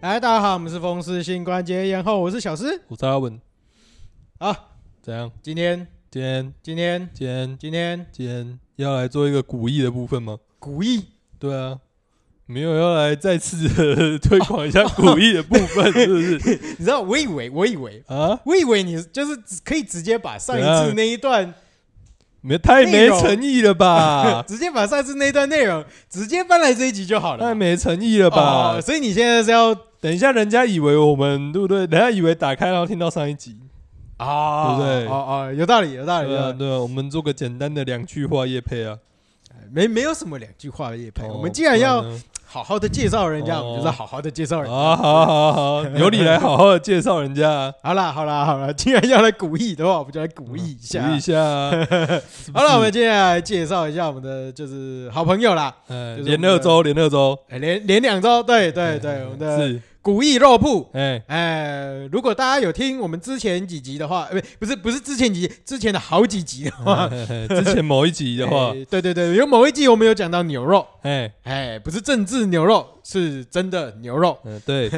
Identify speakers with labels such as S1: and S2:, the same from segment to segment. S1: 哎，大家好，我们是风湿性关节炎后，我是小诗。
S2: 我是阿文，
S1: 好，
S2: 怎样？
S1: 今天
S2: 今天
S1: 今天
S2: 今天
S1: 今天
S2: 今天要来做一个古意的部分吗？
S1: 古意
S2: 对啊，没有要来再次的 推广一下古意的部分，是不 是？
S1: 你知道，我以为我以为
S2: 啊，
S1: 我以为你就是只可以直接把上一
S2: 怎
S1: 次
S2: 样
S1: 那一段，
S2: 没太
S1: 内
S2: 没
S1: 容
S2: 诚意了 吧？
S1: 直接把上一次那一段内容直接搬来这一集就好了嘛。
S2: 太没诚意了吧
S1: 哦？所以你现在是要
S2: 等一下，人家以为我们对不对？人家以为打开然后听到上一集，
S1: 啊
S2: 对不对
S1: 哦哦，有道理，有道理，
S2: 对
S1: 有道
S2: 啊，
S1: 理
S2: 对啊，我们做个简单的两句话夜配啊。
S1: 没没有什么两句话的夜配，
S2: 哦
S1: 我们既然要
S2: 不呢
S1: 好好的介绍人家，
S2: 哦
S1: 我们就是好好的介绍人。
S2: 啊，好好好，由你来好好的介绍人家啊，
S1: 好啦，好啦，好啦，既然要来古意的话，我们就来古意 一下。
S2: 鼓励一下啊。 是不
S1: 好了，
S2: 是
S1: 我们接下来介绍一下我们的就是好朋友啦，
S2: 哎，
S1: 就是
S2: 连
S1: 我们的
S2: 二周，连二周，
S1: 哎连连两周，对对
S2: 哎
S1: 对，我们的
S2: 是，
S1: 古意肉铺。
S2: 哎，
S1: 哎，如果大家有听我们之前几集的话，呃，不是不是之前几集，之前的好几集的话，
S2: 嘿嘿 之前某一集的话，
S1: 哎对对对，有某一集我们有讲到牛肉，
S2: 哎，
S1: 哎，不是政治牛肉，是真的牛肉。
S2: 嗯，对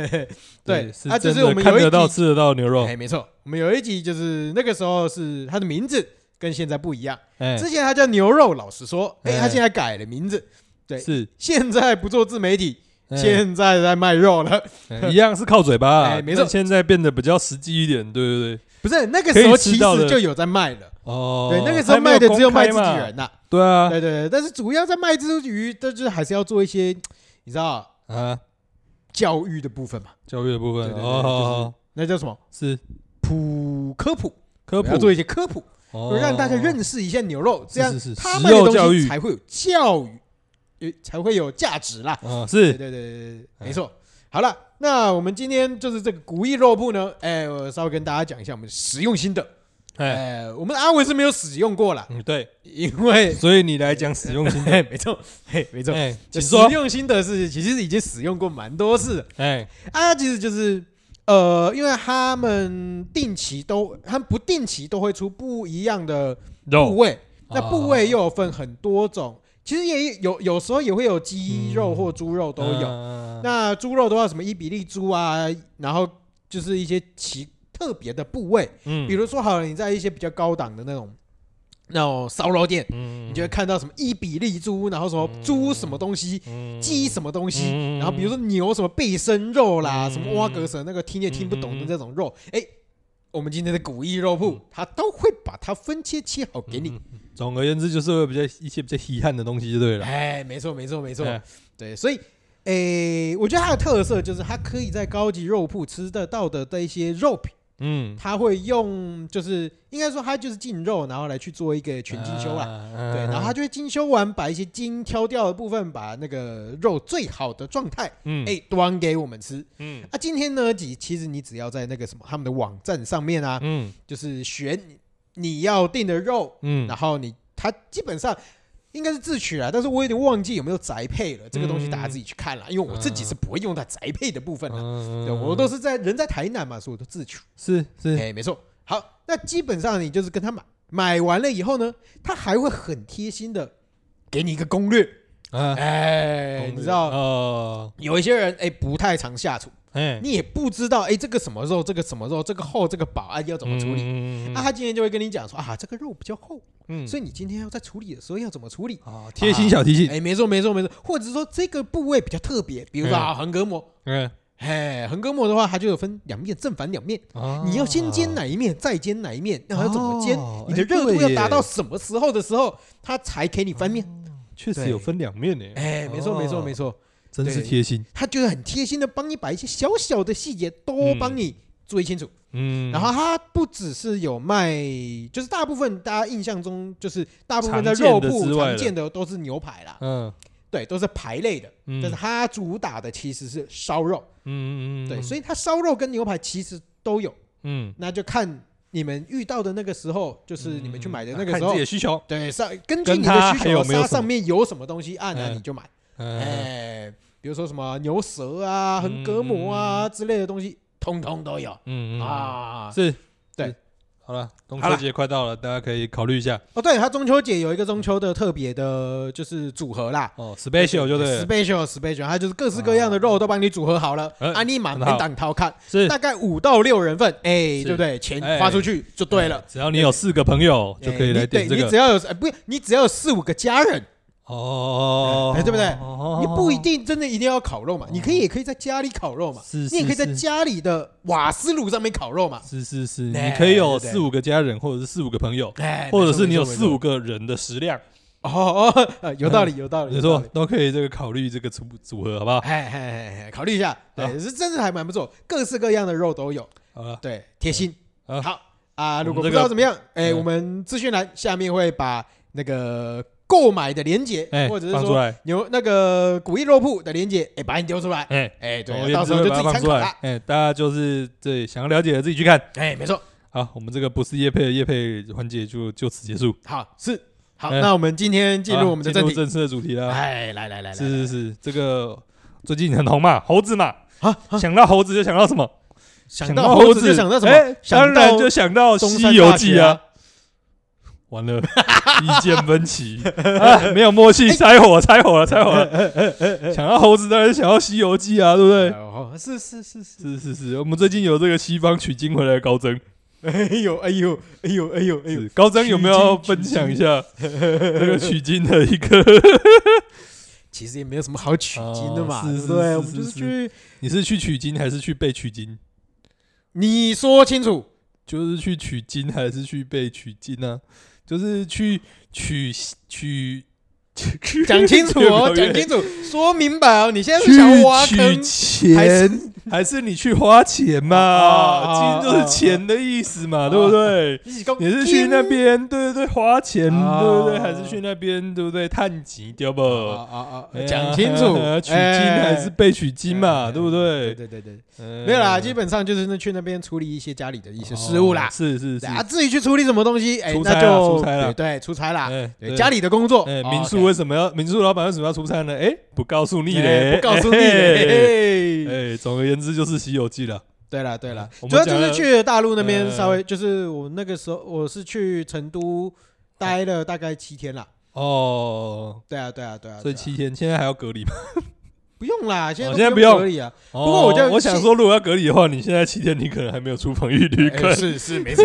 S1: 对
S2: 是
S1: 啊就是
S2: 真的
S1: 我们
S2: 看
S1: 有一
S2: 得到、
S1: 集
S2: 吃得到牛肉
S1: 哎，，没错，我们有一集就是那个时候是它的名字跟现在不一样，
S2: 哎，
S1: 之前它叫牛肉，老实说，哎，
S2: 哎
S1: 它现在改了名字，对
S2: 是
S1: 现在不做自媒体，
S2: 哎
S1: 现在在卖肉了，
S2: 哎一样是靠嘴巴啊，
S1: 哎没错
S2: 但现在变得比较实际一点，对对对，
S1: 不是那个时候
S2: 可以
S1: 其
S2: 吃到的
S1: 实就有在卖了，
S2: 哦，
S1: 对，那个时候卖的只有卖自己
S2: 还没有公开
S1: 人
S2: 嘛，
S1: 呐、
S2: 对啊，
S1: 对对对，但是主要在卖这只鱼，但就是还是要做一些，你知道
S2: 啊，
S1: 教育的部分嘛，
S2: 教育的部
S1: 对
S2: 分
S1: 对，对，
S2: 哦好好
S1: 就是那叫什么
S2: 是
S1: 普科普，
S2: 科
S1: 我们要
S2: 普
S1: 做，一些科普，
S2: 哦
S1: 让大家认识一下牛肉，这样
S2: 是是是
S1: 他卖的
S2: 食肉
S1: 东
S2: 教
S1: 西
S2: 育
S1: 才会有教育，也才会有价值啦。
S2: 啊，
S1: 对
S2: 是
S1: 对对对对，没错。好了，那我们今天就是这个古意肉铺呢，哎，我稍微跟大家讲一下我们实用心得。
S2: 哎，
S1: 哎，我们的阿文是没有使用过啦，
S2: 嗯对，
S1: 因为
S2: 所以你来讲使用 心得，
S1: 没错，嘿，没错。
S2: 哎，请
S1: 使
S2: 说，
S1: 用心得是其实已经使用过蛮多次了
S2: 哎
S1: 啊，其实就是呃，因为他们定期都，他们不定期都会出不一样的部
S2: 肉
S1: 位，
S2: 哦
S1: 那部位又有分很多种，其实也有有时候也会有鸡肉或猪肉都有。
S2: 有
S1: 那猪肉的话，什么伊比利猪啊，然后就是一些奇特别的部位，
S2: 嗯
S1: 比如说好了，你在一些比较高档的那种那种烧肉店，
S2: 嗯
S1: 你就会看到什么伊比利猪，然后什么猪什么东西，
S2: 嗯
S1: 鸡什么东西，
S2: 嗯
S1: 然后比如说牛什么背身肉啦，
S2: 嗯
S1: 什么挖格什那个听也听不懂的这种肉，哎。我们今天的古意肉铺，它都会把它分切切好给你。
S2: 嗯总而言之，就是会比较一些比较遗憾的东西，就对了。
S1: 哎，没错，没错，没错。
S2: 哎
S1: 对，所以，诶，我觉得它的特色就是它可以在高级肉铺吃得到的这一些肉品，
S2: 嗯，
S1: 它会用，就是应该说它就是进肉，然后来去做一个全精修啦。
S2: 啊
S1: 对，然后它
S2: 就
S1: 就会精修完，把一些筋挑掉的部分，把那个肉最好的状态，
S2: 嗯
S1: 哎，端给我们吃。
S2: 嗯
S1: 啊，今天呢，其其实你只要在那个什么他们的网站上面啊，
S2: 嗯
S1: 就是选你你要订的肉，
S2: 嗯
S1: 然后你它基本上应该是自取啦，但是我有点忘记有没有宅配了，这个东西
S2: 嗯
S1: 大家自己去看啦，因为我自己是不会用到宅配的部分啦，
S2: 嗯
S1: 对我都
S2: 是
S1: 是在人在台南嘛，所以我都自取。
S2: 是是，
S1: 哎、没错。好，那基本上你就是跟他买，买完了以后呢，他还会很贴心的给你一个攻略，
S2: 啊
S1: 哎、
S2: 懂
S1: 你知
S2: 了
S1: 道。
S2: 哦，
S1: 有一些人哎、不太常下厨，
S2: 哎，
S1: 你也不知道哎、这个什么肉，这个什么肉，这个厚，这个薄，啊要怎么处
S2: 嗯
S1: 理？
S2: 理
S1: 啊，？他今天就会跟你讲说啊，这个肉比较厚，
S2: 嗯
S1: 所以你今天要在处理的时候要怎么处理？
S2: 啊，贴心小提醒，
S1: 哎，没错没错没错，或者是说这个部位比较特别，比如说
S2: 嗯
S1: 啊横膈膜，
S2: 嗯，
S1: 哎，横膈膜的话，它就有分两面，正反两面，
S2: 啊
S1: 你要先煎？哪一面，再煎哪一面，然后要怎么煎
S2: 哦，
S1: 你的
S2: 哎
S1: 热度
S2: 对
S1: 要
S2: 耶
S1: 达到什么时候的时候，它才给你翻面。
S2: 确实
S1: 对
S2: 有分两面呢。
S1: 哎，没错没错没
S2: 错，
S1: 错，
S2: 真是
S1: 对
S2: 贴心。
S1: 它就是很贴心的帮你把一些小小的细节都帮你注意清楚。
S2: 嗯，
S1: 然后它不只是有卖，就是大部分大家印象中就是大部分在
S2: 常见
S1: 肉
S2: 的
S1: 铺
S2: 之外
S1: 常
S2: 的
S1: 见的都是牛排啦，
S2: 嗯
S1: 对，都是排类的。
S2: 嗯
S1: 但是它主打的其实是烧肉，
S2: 嗯嗯嗯，
S1: 对，所
S2: 以
S1: 以它烧肉跟牛排其实都有，
S2: 嗯，
S1: 那就看你们遇到的那个时候，就是你们
S2: 嗯
S1: 去买的那个
S2: 看
S1: 时
S2: 你自
S1: 候
S2: 己，的需求。
S1: 对，上根据你
S2: 跟
S1: 的
S2: 它
S1: 需
S2: 还
S1: 求，
S2: 有没有
S1: 它
S2: 什么
S1: 上面有什么东西，按那
S2: 嗯
S1: 你就买，
S2: 嗯，
S1: 哎，比如说什么牛舌啊、横膈膜啊之类的东西，通通都有
S2: 嗯嗯，
S1: 啊。
S2: 是，
S1: 对
S2: 好了，中
S1: 好
S2: 秋
S1: 啦
S2: 节快到了，大家可以考虑一下
S1: 哦，对，它中秋节有一个中秋的特别的，就是组合啦。
S2: 哦，special 就对了，
S1: special special，它就是各式各样的肉都帮你组合好了，
S2: 嗯
S1: 啊，你满
S2: 很好
S1: 边档掏看，
S2: 是
S1: 大概五到六人份，哎，
S2: 是
S1: 对不对？钱
S2: 哎
S1: 发出去就对了，
S2: 只要你有四个朋友就可以
S1: 哎
S2: 来
S1: 你对
S2: 点这
S1: 你
S2: 个
S1: 只要有，哎不，你只要有四五个家人，
S2: 哦，
S1: 哎对不对
S2: 哦
S1: 你不一定真的一定要烤肉嘛，你可以也可以在家里烤肉嘛，
S2: 是，
S1: 你也可以在
S2: 是
S1: 家里的瓦斯炉上面烤肉嘛，
S2: 是是是，
S1: 哎
S2: 你可以有
S1: 对对对
S2: 四五个家人，或者是四五个朋友，
S1: 哎，
S2: 或者是你有四五嗯
S1: 个，
S2: 个人的食量，
S1: 哦哦， 呃有道理，有道理，
S2: 你
S1: 有道
S2: 说
S1: 理
S2: 都可以这个考虑这个组组合，好不好？
S1: 哎哎哎哎，考虑一下，
S2: 好
S1: 对，是真的还蛮不错，各式各样的肉都有，
S2: 好了，
S1: 对，贴心。
S2: 好
S1: 好啊，
S2: 哎我
S1: 如
S2: 们
S1: 果不
S2: 这
S1: 知
S2: 个
S1: 道怎么样，哎，
S2: 嗯
S1: 我们资讯栏下面会把那个购买的链接
S2: 哎，，
S1: 或者是
S2: 放出
S1: 说
S2: 来，
S1: 牛那个古意肉铺的链接，哎，把你丢出来，
S2: 哎，
S1: 哎，
S2: 总而
S1: 对，
S2: 言
S1: 到
S2: 之
S1: 时候
S2: 会
S1: 就
S2: 把
S1: 自
S2: 它
S1: 己
S2: 放
S1: 参
S2: 出
S1: 考
S2: 来
S1: 啦。。
S2: 哎，大家就是对想要了解的自己去看。
S1: 哎，没错，
S2: 好，我们这个不是叶配的叶配环节就就此结束，
S1: 好是好，
S2: 哎
S1: 那我们今天进
S2: 好
S1: 入
S2: 啦
S1: 我们的
S2: 进
S1: 正
S2: 入
S1: 题，
S2: 正式的主题了。
S1: 哎，来来来来，
S2: 是是是，这个最近很红嘛，猴子嘛，
S1: 啊，
S2: 想到猴子就想到什么？
S1: 想
S2: 想
S1: 到
S2: 猴
S1: 猴子就想到什
S2: 哎
S1: 么？
S2: 当
S1: 想
S2: 然
S1: 到
S2: 就想到《
S1: 中
S2: 西
S1: 山
S2: 游
S1: 大
S2: 记
S1: 学》
S2: 啊。完 了，意见分歧啊，没有默契，
S1: 哎
S2: 拆火，拆火了，拆火了。 想到猴子，当然想到《西游记》啊，对不对？
S1: 哦，是是是是，
S2: 是是是，我们最近有这个西方取经回来的高僧，
S1: 哎呦哎呦哎呦哎呦哎呦
S2: 是，高僧有没有要
S1: 取经
S2: 分享一下这个取经的一 个？
S1: 其实也没有什么好取经的嘛，
S2: 哦
S1: 对
S2: 是是
S1: 不对？
S2: 是
S1: 我们就是
S2: 是
S1: 去，
S2: 你是去取经还是去被取经？
S1: 你说清 楚，
S2: 就是去取经还是去被取经呢、就是去取取取，
S1: 讲清楚哦，讲清
S2: 楚。
S1: 楚，说明白哦。你现在
S2: 去
S1: 是想挖
S2: 取
S1: 坑，还
S2: 钱
S1: 是
S2: 还是你去花钱嘛？
S1: 啊
S2: 金就是钱的意思嘛，对不对？
S1: 你是讲
S2: 你是去那
S1: 金
S2: 边，对对对，花钱，
S1: 啊
S2: 对不对？还是去那边，对不对？探集，对不？
S1: 啊啊啊，
S2: 哎呀
S1: 讲清楚，
S2: 取经还是被取经嘛，
S1: 哎
S2: 对不
S1: 对
S2: 对？哎
S1: 对对对，
S2: 没
S1: 没有啦，基本上就是那去那边处理一些家里的一些事务啦。
S2: 哦是是是
S1: 对，啊，至于去处理什么东西，哎，
S2: 出差啦
S1: 那就
S2: 出差
S1: 对
S2: 啦
S1: 对出差啦，
S2: 哎
S1: 啊对家里的工作
S2: 哎，，
S1: 哦
S2: 民宿
S1: OK
S2: 为什么要民宿老板为什么要出差呢？哎，不告诉你
S1: 哎
S2: 嘞，
S1: 不告诉你
S2: 哎
S1: 嘞。嘿
S2: 哎，总而言之就是《西游记》了。
S1: 对了对了，
S2: 我们
S1: 主要就
S2: 讲
S1: 是
S2: 了
S1: 去大陆那边
S2: 呃
S1: 稍微，就是我那个时候我是去成都待了大概七天啦。
S2: 哦，
S1: 对啊对啊对啊，
S2: 所以
S1: 对啊
S2: 七天，现在还要隔离吗？
S1: 不用啦，现在
S2: 哦
S1: 都
S2: 现在不
S1: 用
S2: 用
S1: 隔离啊，
S2: 不
S1: 过我就
S2: 我想说，如果要隔离的话，你现在七天，你可能还没有出防疫旅
S1: 哎
S2: 馆。
S1: 是是 没错。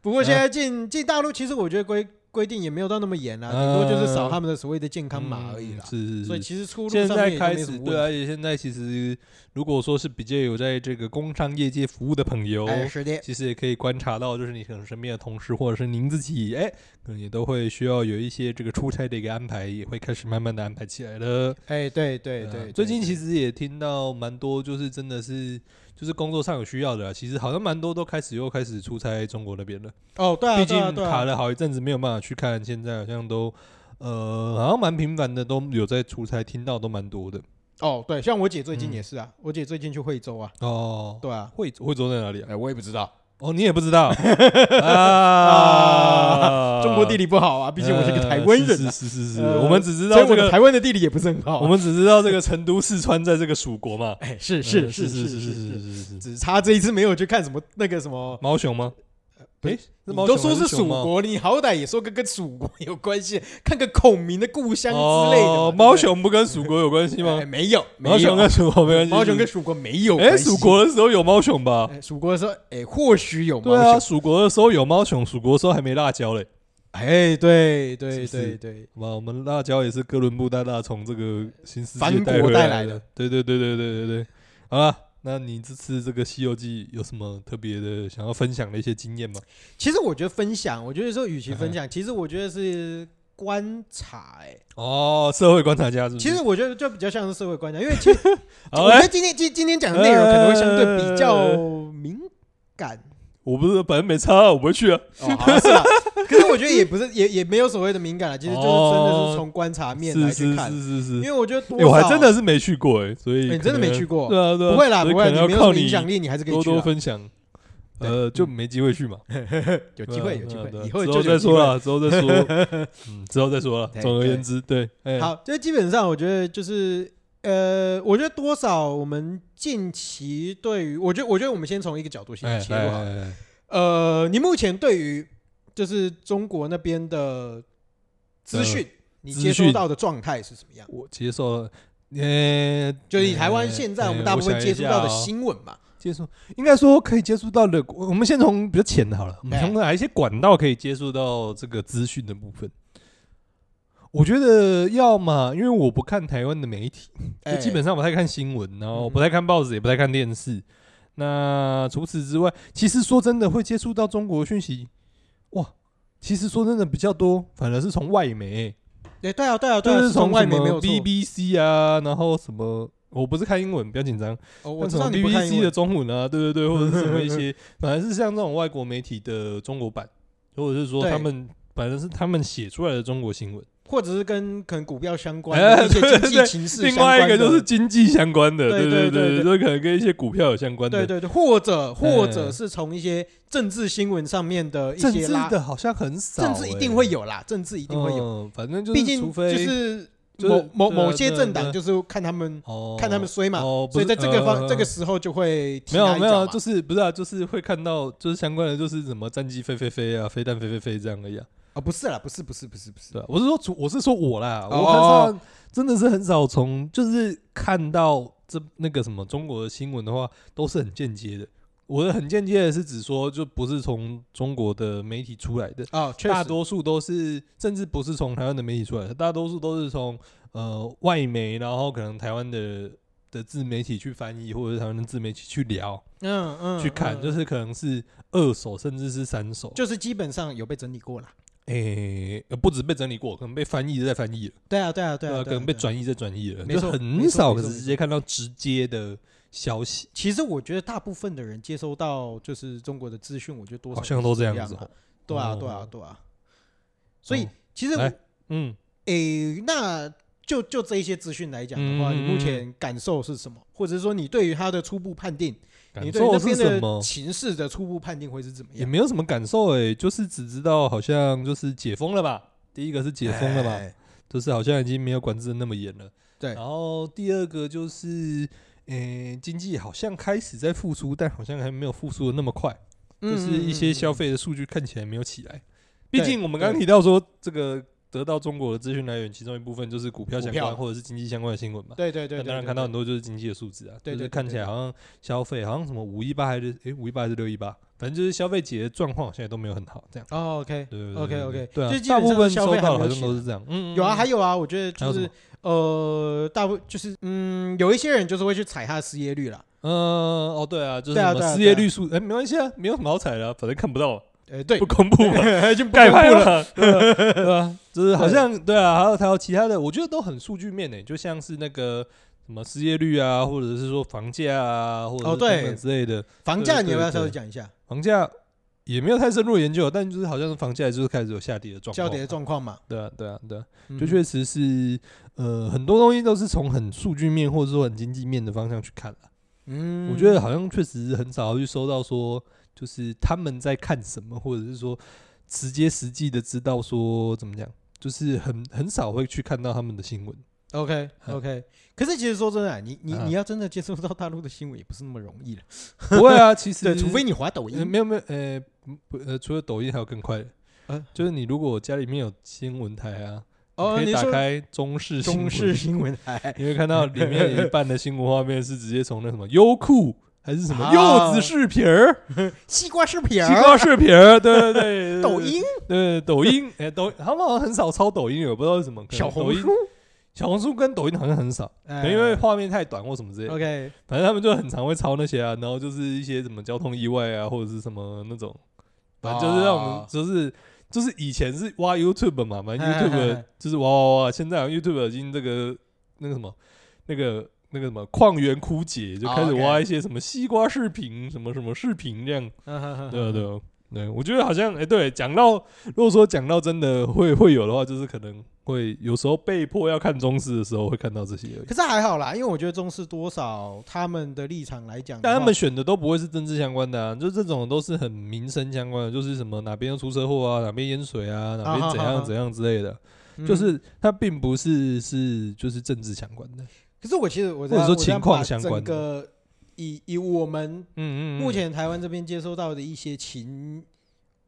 S1: 不过现在进进大陆，其实我觉得规规定也没有到那么严啦，顶多就是扫他们的所谓的健康码而已啦
S2: 嗯。是
S1: 所
S2: 是
S1: 以
S2: 是。
S1: 其实出路
S2: 现
S1: 上面
S2: 在
S1: 也都
S2: 开
S1: 没什
S2: 始，
S1: 么
S2: 对啊，
S1: 问
S2: 而且现在其实，如果说是比较有在这个工商业界服务的朋友
S1: 题。，哎，是的，
S2: 其实也可以观察到，就是你可能身边的同事或者是您自己，哎，可能也都会需要有一些这个出差的一个安排，也会开始慢慢的安排起来了。
S1: 哎，对对
S2: 啊
S1: 对，
S2: 最近其实也听到蛮多，就是真的是就是工作上有需要的啊，其实好像蛮多都开始又开始出差中国那边了。
S1: 哦，对啊，
S2: 毕
S1: 对啊
S2: 竟
S1: 对
S2: 卡
S1: 啊，
S2: 了好一阵子没有办法去看，现在好像都呃好像蛮频繁的，都有在出差，听到都蛮多的。
S1: 哦，对，像我姐最近
S2: 嗯
S1: 也是啊，我姐最近去惠州啊，
S2: 哦，
S1: 对啊，
S2: 惠惠州在哪里啊？
S1: 哎，我也不知道，
S2: 哦，你也不 知道啊
S1: 啊？中国地
S2: 理，
S1: 理不好啊，毕竟我是个台湾人
S2: 是
S1: 啊，
S2: 是哎是是是，
S1: 呃
S2: 我们只知
S1: 所
S2: 道
S1: 以我
S2: 这
S1: 的
S2: 个，
S1: 台湾的地理也不是很好啊。
S2: 我们只知道这个成都、四川在这个蜀国嘛。
S1: 哎，是
S2: 嗯
S1: 是
S2: 是
S1: 是是
S2: 是是
S1: 是
S2: 是
S1: 是，
S2: 是是，
S1: 只差这一次没有去看什么那个什么，
S2: 毛熊吗？
S1: 不是
S2: 诶，是
S1: 你
S2: 毛
S1: 都
S2: 熊
S1: 说
S2: 还是
S1: 蜀
S2: 熊猫
S1: 国，你好歹也说跟跟蜀国有关系，看个孔明的故乡之类的嘛。对
S2: 哦
S1: 不，对
S2: 猫熊不跟蜀国有关系吗
S1: 哎？没有，没
S2: 毛
S1: 有
S2: 熊跟蜀国没关系。
S1: 毛熊跟蜀国没有
S2: 哎，
S1: 关系。
S2: 蜀国的时候有猫熊吧？
S1: 哎蜀国的时候，哎，或许有
S2: 对
S1: 毛
S2: 啊，
S1: 熊。
S2: 蜀国的时候有猫熊，蜀国的时候还没辣椒嘞。
S1: 哎，对对
S2: 是不是
S1: 对对，
S2: 好吧，我们辣椒也是哥伦布大大从这个新世界
S1: 藩国
S2: 带回
S1: 带
S2: 来
S1: 来
S2: 的
S1: 的。
S2: 对对对对对对对。好了，那你这次这个《西游记》有什么特别的想要分享的一些经验吗？
S1: 其实我觉得分享，我觉得说与
S2: 哎
S1: 其分享，其实我觉得是观察。哎，
S2: 哦，社会观察家是不是？
S1: 其实我觉得就比较像是社会观察，因为其实
S2: 好哎
S1: 我觉
S2: 嘞，
S1: 得今天今今天讲的内容可能会相对比较
S2: 呃
S1: 敏感。
S2: 我不是，反正没差啊，我不会去啊。
S1: 哦，好像是啦。 可是我觉得也不是，也也没有所谓的敏感了，啊其实就是真的是从观察面
S2: 是
S1: 来
S2: 是
S1: 去看，
S2: 是是是
S1: 因。为我觉得多
S2: 欸
S1: 少
S2: 我还真的是没去过哎、所以、
S1: 哎你真的没去过
S2: 对啊对啊，
S1: 不会啦，
S2: 所以
S1: 不会，
S2: 可能要
S1: 没有什
S2: 靠
S1: 么影
S2: 你
S1: 响力，你还是可以
S2: 多
S1: 去啊
S2: 多
S1: 啦。
S2: 分享，呃，就没机会去嘛，
S1: 有机会，有机
S2: 对啊
S1: 会
S2: 对啊，
S1: 以后
S2: 之
S1: 就有
S2: 后再
S1: 机
S2: 说
S1: 会。
S2: 啦，之 后再说，嗯，之后再说啦。
S1: 对
S2: 总而言之，对，哎，
S1: 好，就基本上我觉得就是呃，我觉得多少我们近期对于，我觉得我觉得我们先从一个角度
S2: 哎
S1: 先切
S2: 哎
S1: 入好了。
S2: 哎哎
S1: 呃，你目前对于就是中国那边的资讯，你
S2: 资
S1: 接收
S2: 讯
S1: 到的状态是怎么样？
S2: 我接受了，哎呃，
S1: 嗯就是以台湾现在我们大部分接触到的
S2: 新
S1: 新闻嘛，
S2: 哦接触，应该说可以接触到的，我们先从比较浅的好了，我们
S1: 哎
S2: 从哪一些管道可以接触到这个资讯的部分？我觉得要么因为我不看台湾的媒体，就
S1: 哎
S2: 基本上不太看新闻，然后
S1: 嗯
S2: 不太看报纸，也不太看电视。那除此之外，其实说真的，会接触到中国讯息，哇，其实说真的比较多，反而是从外媒、
S1: 哎，对啊，对 啊，对
S2: 就
S1: 啊，
S2: 是从
S1: 外
S2: 什
S1: 媒
S2: 么
S1: 没有错。
S2: BBC 啊，然后什么，我不是看英文，不要紧张。
S1: 哦，我
S2: 那
S1: 知
S2: 什
S1: 道
S2: 么
S1: 你不看
S2: BBC
S1: 英
S2: 的
S1: 文，
S2: 中文啊，对对对，或者是什么一些， 反而是像这种外国媒体的中国版，或者是说
S1: 对
S2: 他们。反正是他们写出来的中国新闻，
S1: 或者是跟可能股票相关
S2: 哎
S1: 的一些
S2: 对
S1: 经
S2: 对
S1: 济情势
S2: 另
S1: 相
S2: 外
S1: 关
S2: 一个
S1: 的
S2: 就是经济相关的，
S1: 对对对
S2: 对对，就是可能跟一些股票有相关
S1: 对
S2: 的。
S1: 对对，或者或者
S2: 哎
S1: 是从一些政治新闻上面的一
S2: 政
S1: 些
S2: 治
S1: 拉，
S2: 的好像很少欸，
S1: 政治一定会有啦，政治一
S2: 一
S1: 定会有，
S2: 有，反正就是
S1: 毕竟
S2: 除非
S1: 就是
S2: 就是
S1: 某某
S2: 对啊
S1: 某些
S2: 对啊
S1: 政
S2: 对啊
S1: 党就是看他们
S2: 哦
S1: 看他们衰嘛，
S2: 哦，不
S1: 所以在
S2: 是
S1: 这个方、
S2: 呃
S1: 这个时候就会踢
S2: 没
S1: 他
S2: 有
S1: 一
S2: 没
S1: 脚
S2: 有，
S1: 嘛
S2: 就是不是啊，就是会看到就是相关的，就是什么战机飞飞飞啊，飞弹飞飞飞这样而已啊。
S1: 哦，不是啦，不是不是不是不是，
S2: 对啊，我是说主，我是说我啦，
S1: 哦
S2: 我很少，真的是很少从就是看到这那个什么中国的新闻的话，都是很间接的。我的很间接的是指说，就不是从中国的媒体出来的，
S1: 哦，确实
S2: 大多数都是，甚至不是从台湾的媒体出来的，大多数都是从呃外媒，然后可能台湾的的自媒体去翻译，或者是台湾的自媒体去聊。
S1: 嗯嗯
S2: 去看，
S1: 嗯
S2: 就是可能是二手甚至是三手，
S1: 就是基本上有被整理过啦。
S2: 诶、呃不止被整理过，可能被翻译再翻译了，
S1: 对啊对啊对
S2: 对
S1: 啊，对
S2: 吧呃可
S1: 啊
S2: 能被。
S1: 对啊
S2: 转译再转译了，
S1: 没
S2: 就
S1: 错
S2: 很
S1: 没错
S2: 少
S1: 没
S2: 可
S1: 错
S2: 是
S1: 没
S2: 直接看到直接的消息，
S1: 其实我觉得大部分的人接收到就是中国的资讯，我觉得多少
S2: 好像都
S1: 是这
S2: 这样
S1: 样
S2: 子、
S1: 啊
S2: 哦。
S1: 对啊
S2: 哦
S1: 对啊对啊，所以
S2: 哦
S1: 其实我
S2: 来嗯，
S1: 诶，那就就这一些资讯来讲的话，
S2: 嗯
S1: 你目前感受是什么？或者说你对于他的初步判定，你
S2: 感
S1: 对于
S2: 受
S1: 那
S2: 是
S1: 边
S2: 什
S1: 的
S2: 么？
S1: 情势的初步判定会是怎么
S2: 也
S1: 样？
S2: 没有什么感受诶、就是只知道好像就是解封了吧。第一个是解封了吧，
S1: 哎？
S2: 就是好像已经没有管制的那么严了。
S1: 对
S2: 然后第二个就是，诶、经济好像开始在复苏，但好像还没有复苏的那么快。就是一些消
S1: 费。嗯嗯
S2: 费的数据看起来没有起来。毕
S1: 对
S2: 竟我们刚刚
S1: 对
S2: 提到说，这个得到中国的资讯来源，其中一部分就是股票相
S1: 股
S2: 关
S1: 票
S2: 或者是经济相关的新闻嘛。
S1: 嗯对对对
S2: 那
S1: 对，
S2: 当然
S1: 对
S2: 看到很
S1: 对
S2: 多就是经济的数字啊，
S1: 对
S2: 就
S1: 对对
S2: 是看起来好像消费好像什么五一八还是诶五一八还是六一八，反正就是消费节的状况现在都没有很好，这样。
S1: 哦，OK
S2: 对对对
S1: OK
S2: 对
S1: OK，
S2: 对啊
S1: 就，基
S2: 大
S1: 本
S2: 部
S1: 上
S2: 分
S1: 消
S2: 收
S1: 费还
S2: 到的
S1: 没
S2: 好
S1: 有
S2: 像
S1: 起来
S2: 都是这样。嗯，嗯
S1: 有啊，
S2: 嗯
S1: 还有啊，我觉得
S2: 还有
S1: 就
S2: 什
S1: 是
S2: 么？
S1: 呃，大部就是嗯，有一些人就是会去踩他的失业率啦。
S2: 嗯哦对啊，就是
S1: 对啊
S2: 什么
S1: 对啊
S2: 失
S1: 对
S2: 业
S1: 啊
S2: 率数，哎没关系啊，没有什么好踩的啊，反正看不到，
S1: 呃，对
S2: 不，公 布嘛。
S1: 就不
S2: 盖
S1: 公
S2: 牌
S1: 布了。
S2: 了，对啊对啊，就是好像对啊，还有还有其他的，我觉得都很数据面诶、欸就像是那个什么失业率啊，或者是说房价啊，或者
S1: 哦
S2: 是
S1: 对
S2: 等等之类的。
S1: 房
S2: 对
S1: 价
S2: 对
S1: 你要不要
S2: 对
S1: 稍微讲一下
S2: 房价也没有太深入研究，但就是好像是房价就是开始有下跌的状况，
S1: 交叠的状况嘛？
S2: 对啊对啊对啊，
S1: 嗯
S2: 就确实是呃很多东西都是从很数据面或者说很经济面的方向去看啦。
S1: 嗯，
S2: 我觉得好像确实很少去收到说，就是他们在看什么，或者是说直接实际的知道说怎么讲，就是很很少会去看到他们的新 闻。
S1: OK
S2: 嗯
S1: OK。可是其实说真的啊，你你
S2: 啊
S1: 你要真的接触到大陆的新闻也不是那么容易的，
S2: 不会啊，其实
S1: 对，除非你滑抖
S2: 呃
S1: 音。
S2: 没有没有呃不呃，除了抖音还有更快的，
S1: 嗯
S2: 就是你如果家里面有新闻台啊，
S1: 哦，
S2: 你可
S1: 你
S2: 以打
S1: 说
S2: 开中式新
S1: 中
S2: 闻
S1: 式新闻台
S2: 你会看到里面有一半的新闻画面是直接从那什么优酷。还是什么
S1: 啊
S2: 柚子视频儿、
S1: 西瓜视频
S2: 西
S1: 儿、
S2: 瓜视频儿，对对对对，对
S1: 抖音、
S2: 对，抖音， 哎、抖，他们好像很少抄抖音，我不知道为什么。可能
S1: 小
S2: 抖
S1: 红
S2: 音
S1: 书，
S2: 小红书跟抖音好像很少，可能
S1: 哎嗯
S2: 因为画面太短或什么之类的。
S1: OK
S2: 反正他们就很常会抄那些啊，然后就是一些什么交通意外啊，或者是什么那种，反正就是让我们
S1: 哦
S2: 就是。就是以前是挖 YouTube 嘛，反正
S1: 哎哎哎
S2: YouTube 就是挖挖挖，现在好像 YouTube 已经这个那个什么，那个那个什么矿源枯竭，就
S1: 哦
S2: 开始
S1: OK
S2: 挖一些什么西瓜视频、什么什么视频这样，
S1: 嗯。哼 哼
S2: 对啊，
S1: 哼
S2: 对啊，对，我觉得好像哎、对，讲到如果说讲到真的会会有的话，就是可能会有时候被迫要看中式的时候会看到这些而已，
S1: 可是还好啦，因为我觉得中视多少他们的立场来讲的话，
S2: 但他们选的都不会是政治相关的啊，就这种都是很民生相关的，就是什么哪边又出车祸啊，哪边淹水啊，哪边怎
S1: 啊啊啊
S2: 样
S1: 啊
S2: 怎样之类的，
S1: 嗯
S2: 就，是它并不是是就是政治相关的，
S1: 可是我其实我
S2: 或者说
S1: 我这样
S2: 情况
S1: 把
S2: 相关
S1: 整个以以我们
S2: 嗯嗯，嗯
S1: 目前台湾这边接收到的一些情，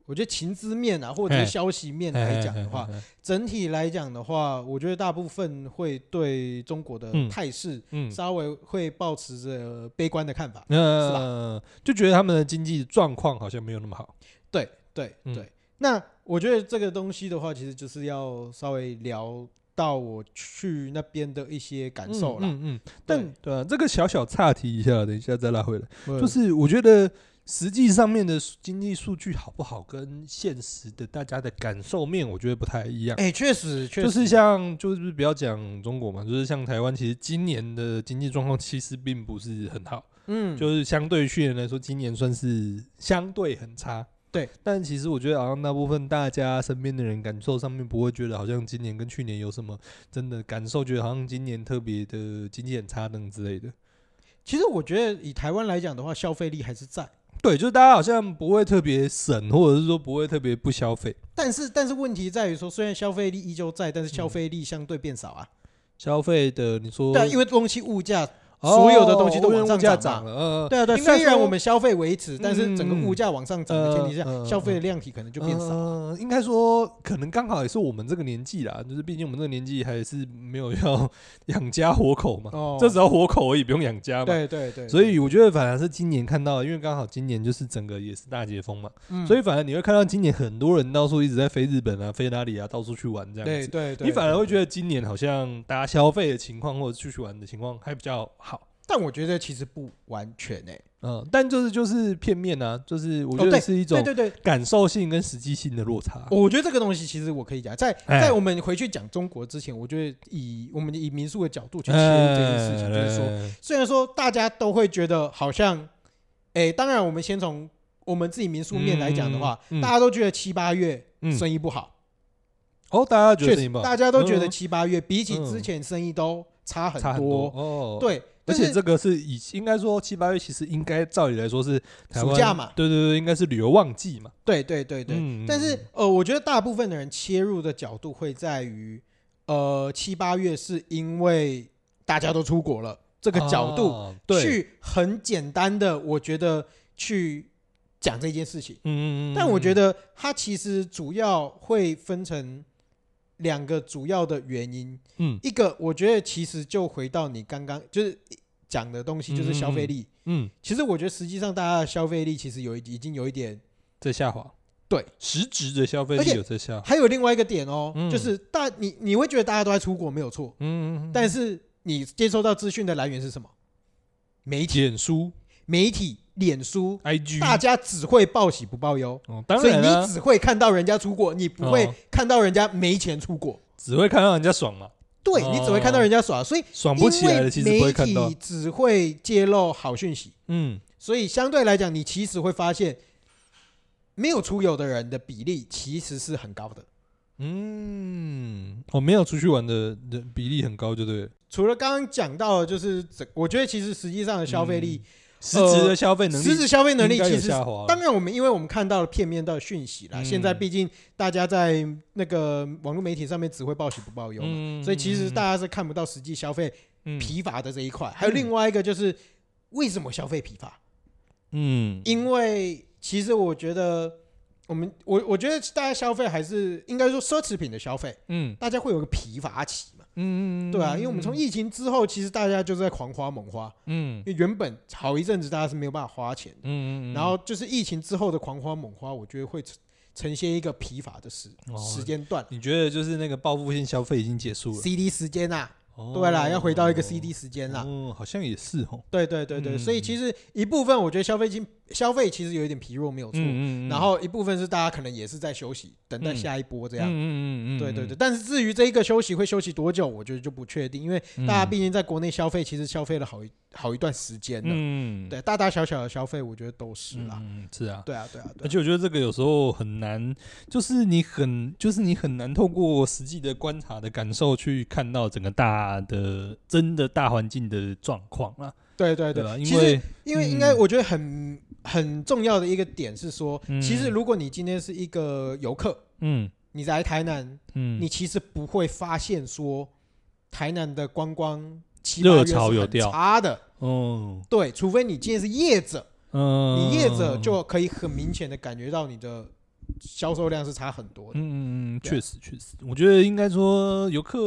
S1: 我觉得情资面啊，或者
S2: 嘿
S1: 是消息面来讲的，话
S2: 嘿，嘿嘿嘿
S1: 整体来讲的话，我觉得大部分会对中国的
S2: 嗯
S1: 态势
S2: 嗯，
S1: 稍微会保持着悲观的看法。
S2: 呃，就觉得他们的经济状况好像没有那么好。
S1: 对对
S2: 嗯
S1: 对，那我觉得这个东西的话，其实就是要稍微聊到我去那边的一些感受啦。
S2: 嗯嗯，嗯但对啊，这个小小岔题一下，等一下再拉回来。
S1: 嗯
S2: 就是我觉得实际上面的数经济数据好不好，跟现实的大家的感受面，我觉得不太一样。
S1: 哎，确实确实
S2: 就是像，就是不要讲中国嘛，就是像台湾，其实今年的经济状况其实并不是很好，
S1: 嗯，
S2: 就是相对于去年来说，今年算是相对很差。
S1: 对，
S2: 但其实我觉得好像大部分大家身边的人感受上面不会觉得好像今年跟去年有什么真的感受，觉得好像今年特别的经济很差等之类的。
S1: 其实我觉得以台湾来讲的话，消费力还是在，
S2: 对，就是大家好像不会特别省，或者是说不会特别不消费，
S1: 但是但是问题在于说，虽然消费力依旧在，但是消费力相对变少啊。
S2: 消费的你说，
S1: 对啊，因为东西物价，
S2: 哦
S1: 所有的东西都往
S2: 因为
S1: 上
S2: 物价
S1: 涨嘛
S2: 了，呃，
S1: 对啊对啊，
S2: 应该
S1: 虽然
S2: 说
S1: 我们消费维持，但是整个
S2: 嗯
S1: 物价往上涨的前提下
S2: 呃，呃
S1: 消费的量体可能就变少。
S2: 呃应该说，可能刚好也是我们这个年纪啦，就是毕竟我们这个年纪还是没有要 养家活口嘛，
S1: 哦
S2: 呃这只要活口而已，不用养家嘛。
S1: 对对对，
S2: 所以我觉得反而是今年看到，因为刚好今年就是整个也是大解封嘛，
S1: 嗯
S2: 所以反而你会看到今年很多人到处一直在飞日本啊、飞哪里啊，到处去玩这样
S1: 对
S2: 子。
S1: 对对，
S2: 你反而
S1: 对
S2: 会觉得今年好像大家消费的情况或者出去玩的情况还比较好，
S1: 但我觉得其实不完全欸诶、
S2: 嗯，但就是就是片面啊，就是我觉
S1: 哦
S2: 得
S1: 对
S2: 是一种
S1: 对对对，
S2: 感受性跟实际性的落差。
S1: 我觉得这个东西其实我可以讲，在
S2: 哎
S1: 在我们回去讲中国之前，我觉得以我们以民宿的角度去切入这件事
S2: 哎
S1: 情，就是说，
S2: 说，
S1: 虽然说大家都会觉得好像，诶，当然我们先从我们自己民宿面来讲的话，
S2: 嗯嗯
S1: 大家都觉得七八月
S2: 嗯
S1: 生意不好，
S2: 哦，大家觉
S1: 确
S2: 得你
S1: 实
S2: 们
S1: 大家都觉得
S2: 嗯
S1: 七八月比起之前生意都差很
S2: 差很
S1: 多，
S2: 哦，，
S1: 对，
S2: 而
S1: 但
S2: 且
S1: 是
S2: 这个是以应该说七八月其实应该照理来说是台湾
S1: 暑假嘛
S2: 对对对，应该是旅游旺季嘛，
S1: 对对对对，
S2: 嗯
S1: 但是呃，我觉得大部分的人切入的角度会在于，呃，七八月是因为大家都出国了这
S2: 这
S1: 个角度、
S2: 啊对，
S1: 去很简单的，我觉得去讲这件事情。
S2: 嗯嗯嗯，
S1: 但我觉
S2: 得
S1: 得它其实主要会分成两个主要的原因，
S2: 嗯
S1: 一个我觉得其实就回到你刚刚就是讲的东西，就是消费力。
S2: 嗯
S1: 其实我觉得实际上大家的消费力其实有一已经有一点
S2: 在下滑，
S1: 对，
S2: 实质的消费
S1: 而
S2: 力
S1: 且
S2: 有在下滑，
S1: 还有另外一个点哦，
S2: 嗯
S1: 就是大你你会觉得大家都在出国没有错，
S2: 嗯，嗯嗯
S1: 但是你接收到资讯的来源是什么？媒体、
S2: 简书
S1: 媒体、脸书，
S2: IG
S1: 大家只会报喜不报忧，
S2: 哦，嗯当
S1: 所以
S2: 然
S1: 你
S2: 啊，
S1: 只会看到人家出国，你不会
S2: 哦
S1: 看到人家没钱出国。
S2: 只会看到人家爽嘛，
S1: 对
S2: 哦
S1: 你只会看到人家耍，所以
S2: 爽
S1: 因
S2: 不起来
S1: 为
S2: 的其实不
S1: 媒
S2: 会看到
S1: 体，只会揭露好讯息，
S2: 嗯，
S1: 所以相对来讲，你其实会发现，没有出游的人的比例其实是很高的。
S2: 嗯，我、没有出去玩的人比例很高，就对了，
S1: 除了刚刚讲到的，就是整，我觉得其实实际上的消费力，
S2: 实质的消费嗯能力，
S1: 呃实质消费能力
S2: 应该有
S1: 其实
S2: 下滑了
S1: 当然我们因为我们看到了片面的讯息啦，
S2: 嗯
S1: 现在毕竟大家在那个网络媒体上面只会报喜不报忧嘛，
S2: 嗯
S1: 所以其实大家是看不到实际消费
S2: 嗯
S1: 疲乏的这一块。还有另外一个就是为什么消费疲乏？
S2: 嗯
S1: 因为其实我觉得我们我我觉得大家消费还是应该说奢侈品的消费，
S2: 嗯
S1: 大家会有个疲乏期嘛，
S2: 嗯
S1: 对啊，因为我们从疫情之后，其实大家就是在狂花猛花。
S2: 嗯
S1: 因为原本好一阵子大家是没有办法花钱
S2: 嗯
S1: 的，
S2: 嗯，
S1: 然后就是疫情之后的狂花猛花，我觉得会呈呈现一个疲乏的时
S2: 哦
S1: 时间段
S2: 你觉得就是那个报复性消费已经结束了，
S1: ，CD 时间呐，
S2: 哦
S1: 对啦，要回到一个 CD 时间啦，
S2: 嗯，好像也是哦，
S1: 对对对对，
S2: 嗯
S1: 所以其实一部分我觉得消费金消费其实有一点疲弱没有错，
S2: 嗯
S1: 然后一部分是大家可能也是在休息，等待
S2: 嗯
S1: 下一波这
S2: 这
S1: 样。
S2: 嗯嗯嗯，
S1: 对对对，，但是至于这一个休息会休息多久，我觉得就不确定，因为嗯大家毕竟在国内消费，其实消费了好一好一段时间了，
S2: 嗯，
S1: 对，大大小小的消费，我觉得都是啦。
S2: 嗯是啊。
S1: 对啊，对啊，对
S2: 而
S1: 啊，
S2: 且我觉得这个有时候很难，就是你很，就是你很难透过实际的观察的感受去看到整个大的真的大环境的状况啊，
S1: 对对对。
S2: 对吧？
S1: 其
S2: 因
S1: 实
S2: 为
S1: 因为
S2: 嗯
S1: 应该我觉得很很重要的一个点是说，
S2: 嗯
S1: 其实如果你今天是一个游客，
S2: 嗯
S1: 你来台南，
S2: 嗯，
S1: 你其实不会发现说台南的观光七八
S2: 热
S1: 月是
S2: 潮有
S1: 很
S2: 掉
S1: 差的。
S2: 哦，
S1: 对，除非你今天是业者，
S2: 嗯，
S1: 你业者就可以很明显的感觉到你的销售量是差很多的。
S2: 嗯嗯嗯，
S1: 对啊
S2: 确实确实，我觉得应该说游客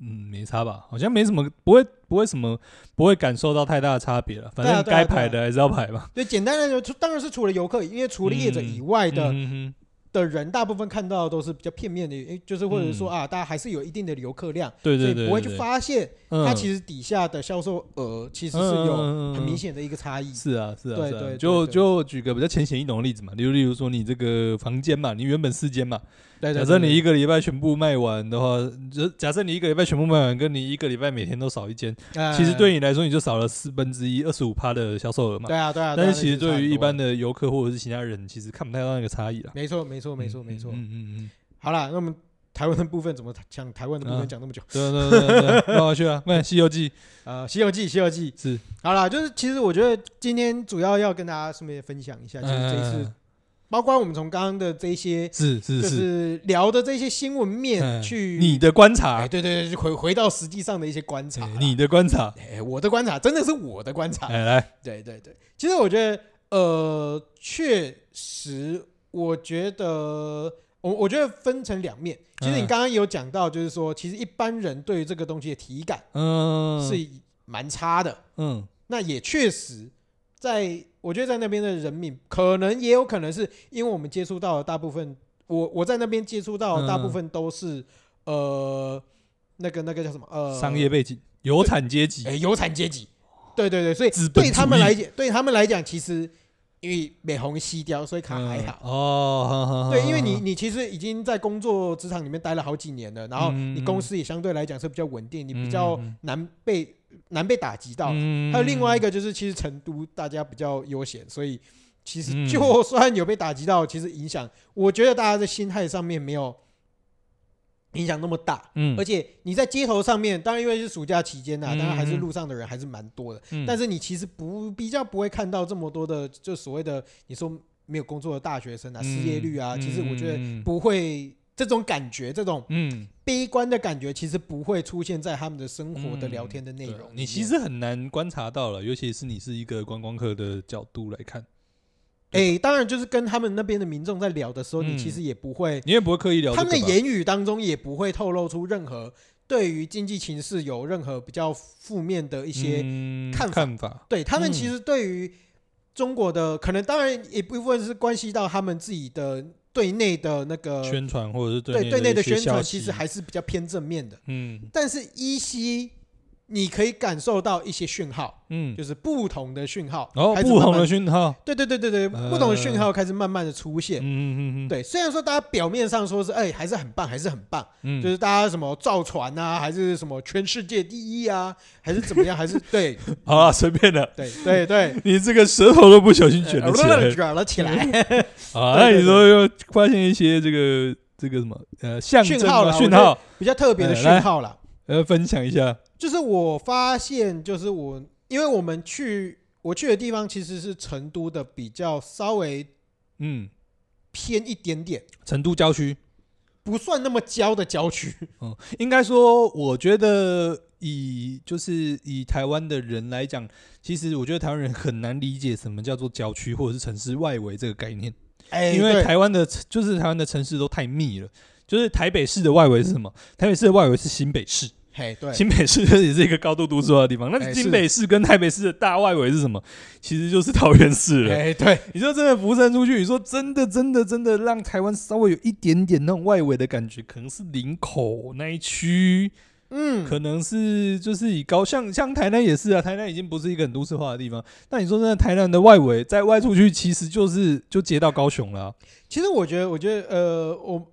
S2: 嗯没差吧，好像没什么，不会不会什么，不会感受到太大的差别了。反
S1: 对啊
S2: 正
S1: 对啊
S2: 该
S1: 对啊
S2: 排的还是要排嘛。
S1: 对，简单来说，除当然是除了游客，因为除了业者以外的、
S2: 嗯嗯
S1: 的人，大部分看到的都是比较片面的，诶，就是或者
S2: 嗯
S1: 说啊，大家还是有一定的游客量，
S2: 对
S1: 所
S2: 对
S1: 以
S2: 对，
S1: 不会去发现它
S2: 它
S1: 其
S2: 实
S1: 实底下的销售额其实是有很明。
S2: 嗯嗯嗯嗯
S1: 显的一个差异。
S2: 是啊，是啊，
S1: 对
S2: 是啊
S1: 对对
S2: 就
S1: 对
S2: 就举个比较浅显易懂的例子嘛，例如例如说你这个房间嘛，你原本四间嘛，
S1: 对对
S2: 假
S1: 对
S2: 设
S1: 对
S2: 你一个礼拜全部卖完的话，就假设你一个礼拜全部卖完，跟你一个礼拜每天都少一间，
S1: 呃
S2: 其实对你来说你就少了四分之一，二十五趴的销售额嘛。
S1: 对啊对啊，
S2: 但
S1: 啊
S2: 是其实对于一，
S1: 那差很
S2: 般
S1: 多
S2: 的游客或者是其他人，其实看不太到那个差异啦。
S1: 没错没错没错没错。
S2: 嗯嗯嗯，
S1: 好啦，那我们台湾的部分怎么讲？台湾的部分
S2: 嗯
S1: 讲那么久？
S2: 对对对对，对，我去啊，那《西游记》
S1: 呃，《西游记》《西游记》
S2: 是，
S1: 好啦，就是其实我觉得今天主要要跟大家顺便分享一下，就是这一次，包括我们从刚刚的这些，
S2: 是嗯是，
S1: 就是是聊的这些新闻面
S2: 嗯
S1: 去
S2: 你的观
S1: 哎，
S2: 察，
S1: 对对对，就回回到实际上的一些观察
S2: 哎
S1: 啦，
S2: 你的观察，
S1: 哎，我的观察真的是我的观察，
S2: 哎来，
S1: 对对对，其实我觉得，呃，确实，我觉得，我我觉得分成两面。其实你
S2: 嗯
S1: 刚刚有讲到，就是说，其实一般人对于这个东西的体感
S2: 嗯，
S1: 是蛮差的。
S2: 嗯
S1: 那也确实在，我觉得在那边的人民，可能也有可能是因为我们接触到的大部分，我我在那边接触到的大部
S2: 嗯
S1: 分都是、呃，那个那个叫什么呃，
S2: 商业背景，有产阶级
S1: 哎、，有产阶级，对对对，所以
S2: 资本
S1: 对他
S2: 主
S1: 们
S2: 义
S1: 来讲，对他们来讲，其实因为美红西雕，所以卡还
S2: 嗯
S1: 好。
S2: 哦，好好好
S1: 对，因为
S2: 好
S1: 你
S2: 好
S1: 你其实已经在工作职场里面待了好几年了，然后
S2: 嗯
S1: 你公司也相对来讲是比较稳定，你比较
S2: 嗯
S1: 难被难被打击到。
S2: 嗯
S1: 还有另外一个就是，其实成都大家比较悠闲，所以其实
S2: 嗯
S1: 就算有被打击到，其实影响，我觉得大家在心态上面没有影响那么大。
S2: 嗯
S1: 而且你在街头上面，当然因为是暑假期间呐、啊
S2: 嗯
S1: 当然还是路上的人还是蛮多的，
S2: 嗯
S1: 但是你其实不比较不会看到这么多的，就所谓的你说没有工作的大学生啊，失业率啊，
S2: 嗯
S1: 其实我觉得
S2: 嗯
S1: 不会这种感觉，这种
S2: 嗯，
S1: 悲观的感觉，其实不会出现在他们的生活的
S2: 嗯
S1: 聊天的内
S2: 对啊
S1: 容里面。
S2: 你其实很难观察到了，尤其是你是一个观光客的角度来看，
S1: 哎、当然就是跟他们那边的民众在聊的时候，你
S2: 嗯
S1: 其实也不会，
S2: 你也不会刻意聊这
S1: 他
S2: 个
S1: 们的
S2: 吧
S1: 言语当中也不会透露出任何对于经济情势有任何比较负面的一
S2: 一
S1: 些。看法
S2: 嗯看法，
S1: 对他们
S2: 嗯
S1: 其实对于中国的，可能当然一部分是关系到他们自己的对内的那个
S2: 宣传或者是
S1: 呃对
S2: 对
S1: 内
S2: 的
S1: 的
S2: 一些
S1: 宣传，
S2: 消
S1: 其
S2: 息
S1: 实还是比较偏正面的。
S2: 嗯
S1: 但是依稀你可以感受到一些讯号，
S2: 嗯，
S1: 就是不同的讯号，
S2: 然后
S1: 开始
S2: 不
S1: 慢
S2: 同
S1: 慢
S2: 的，讯号，
S1: 对对对对对，
S2: 呃
S1: 不同的讯号开始慢慢的出
S2: 嗯
S1: 现。
S2: 嗯嗯嗯，
S1: 对，虽然说大家表面上说是哎还是很棒，还是很棒，
S2: 嗯，
S1: 就是大家什么造船啊，还是什么全世界第一啊，还是怎么样，还 是对
S2: 好了，随便了，
S1: 对对 对，
S2: 你这个舌头都不小心卷了起来
S1: 卷了起来。
S2: 啊，
S1: 对
S2: 那
S1: 对
S2: 你说又发现一些这个这个什么呃象征
S1: 讯号啦
S2: 啊
S1: 我
S2: 讯
S1: 觉得
S2: 号，
S1: 比较特
S2: 哎
S1: 别的讯号啦，
S2: 呃，分享一下，
S1: 就是我发现，就是我因为我们去我去的地方其实是成都的比较稍微
S2: 嗯，
S1: 偏一点点，
S2: 成都郊区。哦
S1: 不算那么郊的郊区。
S2: 应该说，我觉得以就是以台湾的人来讲，其实我觉得台湾人很难理解什么叫做郊区或者是城市外围这个概念，
S1: 哎
S2: 因为
S1: 对
S2: 台湾的就是台湾的城市都太密了。就是台北市的外围是什么？台北市的外围是新北市，
S1: 嘿对，
S2: 新北市也是一个高度都市化的地方。那
S1: 哎
S2: 你
S1: 是
S2: 新北市跟台北市的大外围是什么？其实就是桃园市了。
S1: 哎对，
S2: 你说真的辐射出去，你说真的真的真的让台湾稍微有一点点那种外围的感觉，可能是林口那一区，
S1: 嗯，
S2: 可能是就是以高像像台南也是啊，台南已经不是一个很都市化的地方。但你说真的，台南的外围再外出去，其实就是就接到高雄了啊、
S1: 其实我觉得，我觉得呃，我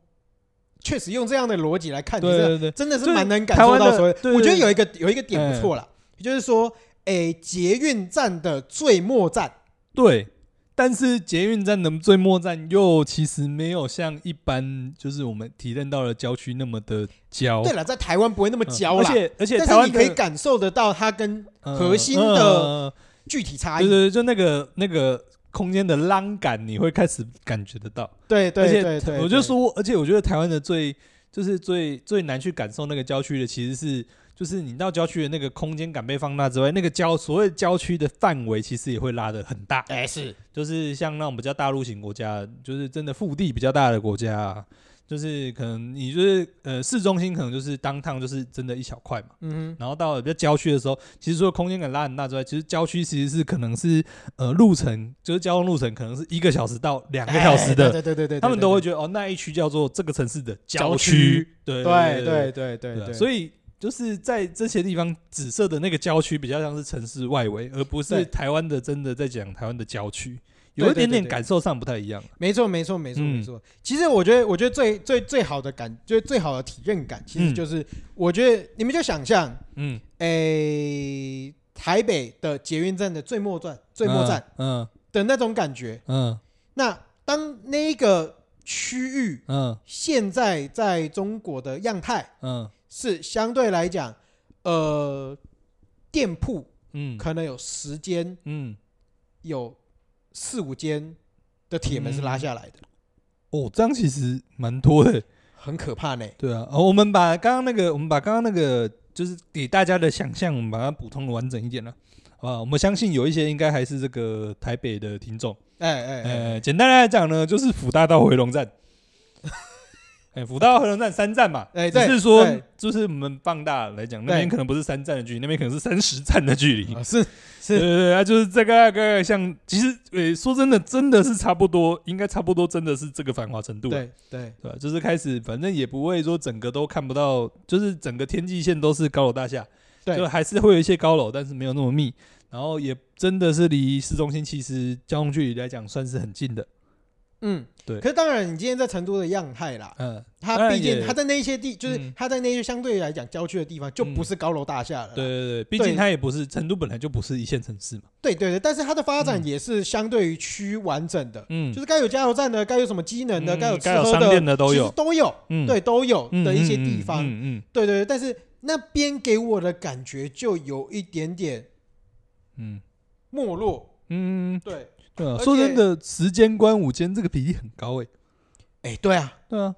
S1: 确实用这样的逻辑来看，哎你
S2: 对
S1: 是
S2: 对对，
S1: 真的是
S2: 就是
S1: 蛮能感
S2: 台
S1: 受
S2: 湾
S1: 到
S2: 的
S1: 所谓
S2: 对。对
S1: 我觉得
S2: 对
S1: 有一个有一个点不错啦，就是说，哎，捷运站的最末站。
S2: 对。但是捷运站的最末站又其实没有像一般就是我们体认到的郊区那么的郊，
S1: 对了，在台湾不会那么
S2: 哦嗯
S1: 郊
S2: 而
S1: 啦，
S2: 且而且
S1: 但
S2: 台
S1: 是
S2: 湾
S1: 你可以
S2: 的
S1: 感受得到它跟
S2: 呃
S1: 核心的
S2: 呃
S1: 具体差
S2: 对
S1: 异。
S2: 对对，就那个那个空间的浪感，你会开始感觉得到。
S1: 对对
S2: 而且
S1: 对对，
S2: 我就说，而且我觉得台湾的最就是最最难去感受那个郊区的，其实是就是你到郊区的那个空间感被放大之外，那个郊所谓郊区的范围其实也会拉得很大。
S1: 哎、是
S2: 就是像那种比较大陆型国家，就是真的腹地比较大的国家、啊，就是可能你就是呃市中心可能就是当趟就是真的一小块嘛，
S1: 嗯
S2: 然后到了比较郊区的时候，其实除了空间感拉很大之外，其实郊区其实是可能是呃路程就是交通路程可能是一个小时到两
S1: 哼，
S2: 个小时的，
S1: 哎对对对对对，
S2: 他们都会
S1: 对
S2: 觉得哦那一区叫做这个城市的
S1: 郊
S2: 郊
S1: 区
S2: 区，
S1: 对
S2: 对对
S1: 对对对
S2: 啊
S1: 对，
S2: 所
S1: 以
S2: 以就是在这些地方，紫色的那个郊区比较像是城市外围，而不
S1: 对
S2: 是台湾的真的在讲台湾的郊区，
S1: 对
S2: 有一点
S1: 对
S2: 点
S1: 对对
S2: 感受上不太一样。
S1: 没错没错没错
S2: 嗯
S1: 没错。其实我觉得，我觉得最最最好的感，就是最好的体验感，其实
S2: 嗯
S1: 就是我觉得你们就想象，
S2: 嗯，
S1: 哎、台北的捷运站的最末站最末站
S2: 嗯，
S1: 的那种感觉。
S2: 嗯
S1: 那当那一个区域
S2: 嗯嗯
S1: 现在在中国的样态。
S2: 嗯
S1: 是相对来讲，呃，店铺
S2: 嗯
S1: 可能有十间，
S2: 嗯，
S1: 有四五间的铁门是
S2: 嗯
S1: 拉下来的，
S2: 哦，这样其实蛮多的，
S1: 很可怕呢。
S2: 对啊。哦，我们把刚刚那个，我们把刚刚那个，就是给大家的想象，我们把它补充的完整一点了。好吧，我们相信有一些应该还是这个台北的听众，
S1: 哎哎哎，
S2: 呃，简单来讲呢，就是辅大到回龙 站。哎、辅大到回龙站三站嘛，
S1: 哎
S2: 只
S1: 对
S2: 是说
S1: 对
S2: 就是我们放大来讲，那
S1: 对
S2: 边可能不是三站的距离，那边可能是三十站的距离。
S1: 啊是
S2: 对
S1: 是，
S2: 对对，啊，就是这个大概像，其实呃、说真的，真的是差不多，应该差不多，真的是这个繁华程度啊。
S1: 对对
S2: 对吧？就是开始，反正也不会说整个都看不到，就是整个天际线都是高楼大厦，
S1: 对
S2: 就还是会有一些高楼，但是没有那么密。然后也真的是离市中心其实交通距离来讲算是很近的，
S1: 嗯，
S2: 对
S1: 可是当然，你今天在成都的样态啦，
S2: 嗯，当
S1: 它
S2: 然
S1: 毕竟
S2: 也
S1: 它在那一些地，就是
S2: 嗯
S1: 它在那些相对来讲郊区的地方，就不是高楼大厦了。
S2: 对对对，毕
S1: 对
S2: 竟它也不是成都本来就不是一线城市嘛，
S1: 对对对，但是它的发展
S2: 嗯
S1: 也是相对于区完整的，
S2: 嗯，
S1: 就是是该有加油站的，该有什么机能的，该有吃
S2: 该有
S1: 喝
S2: 商店
S1: 的
S2: 的都
S1: 其实
S2: 有，
S1: 都有，
S2: 嗯，
S1: 对都有
S2: 嗯
S1: 的一些
S2: 嗯
S1: 地方。
S2: 嗯嗯
S1: 对对，对，但是那边给我的感觉就有一点点
S2: 嗯
S1: 没落。
S2: 嗯，嗯
S1: 对，
S2: 对啊
S1: 而，且
S2: 说真的，时间观午间这个比例很高诶，
S1: 哎，对啊，
S2: 对啊，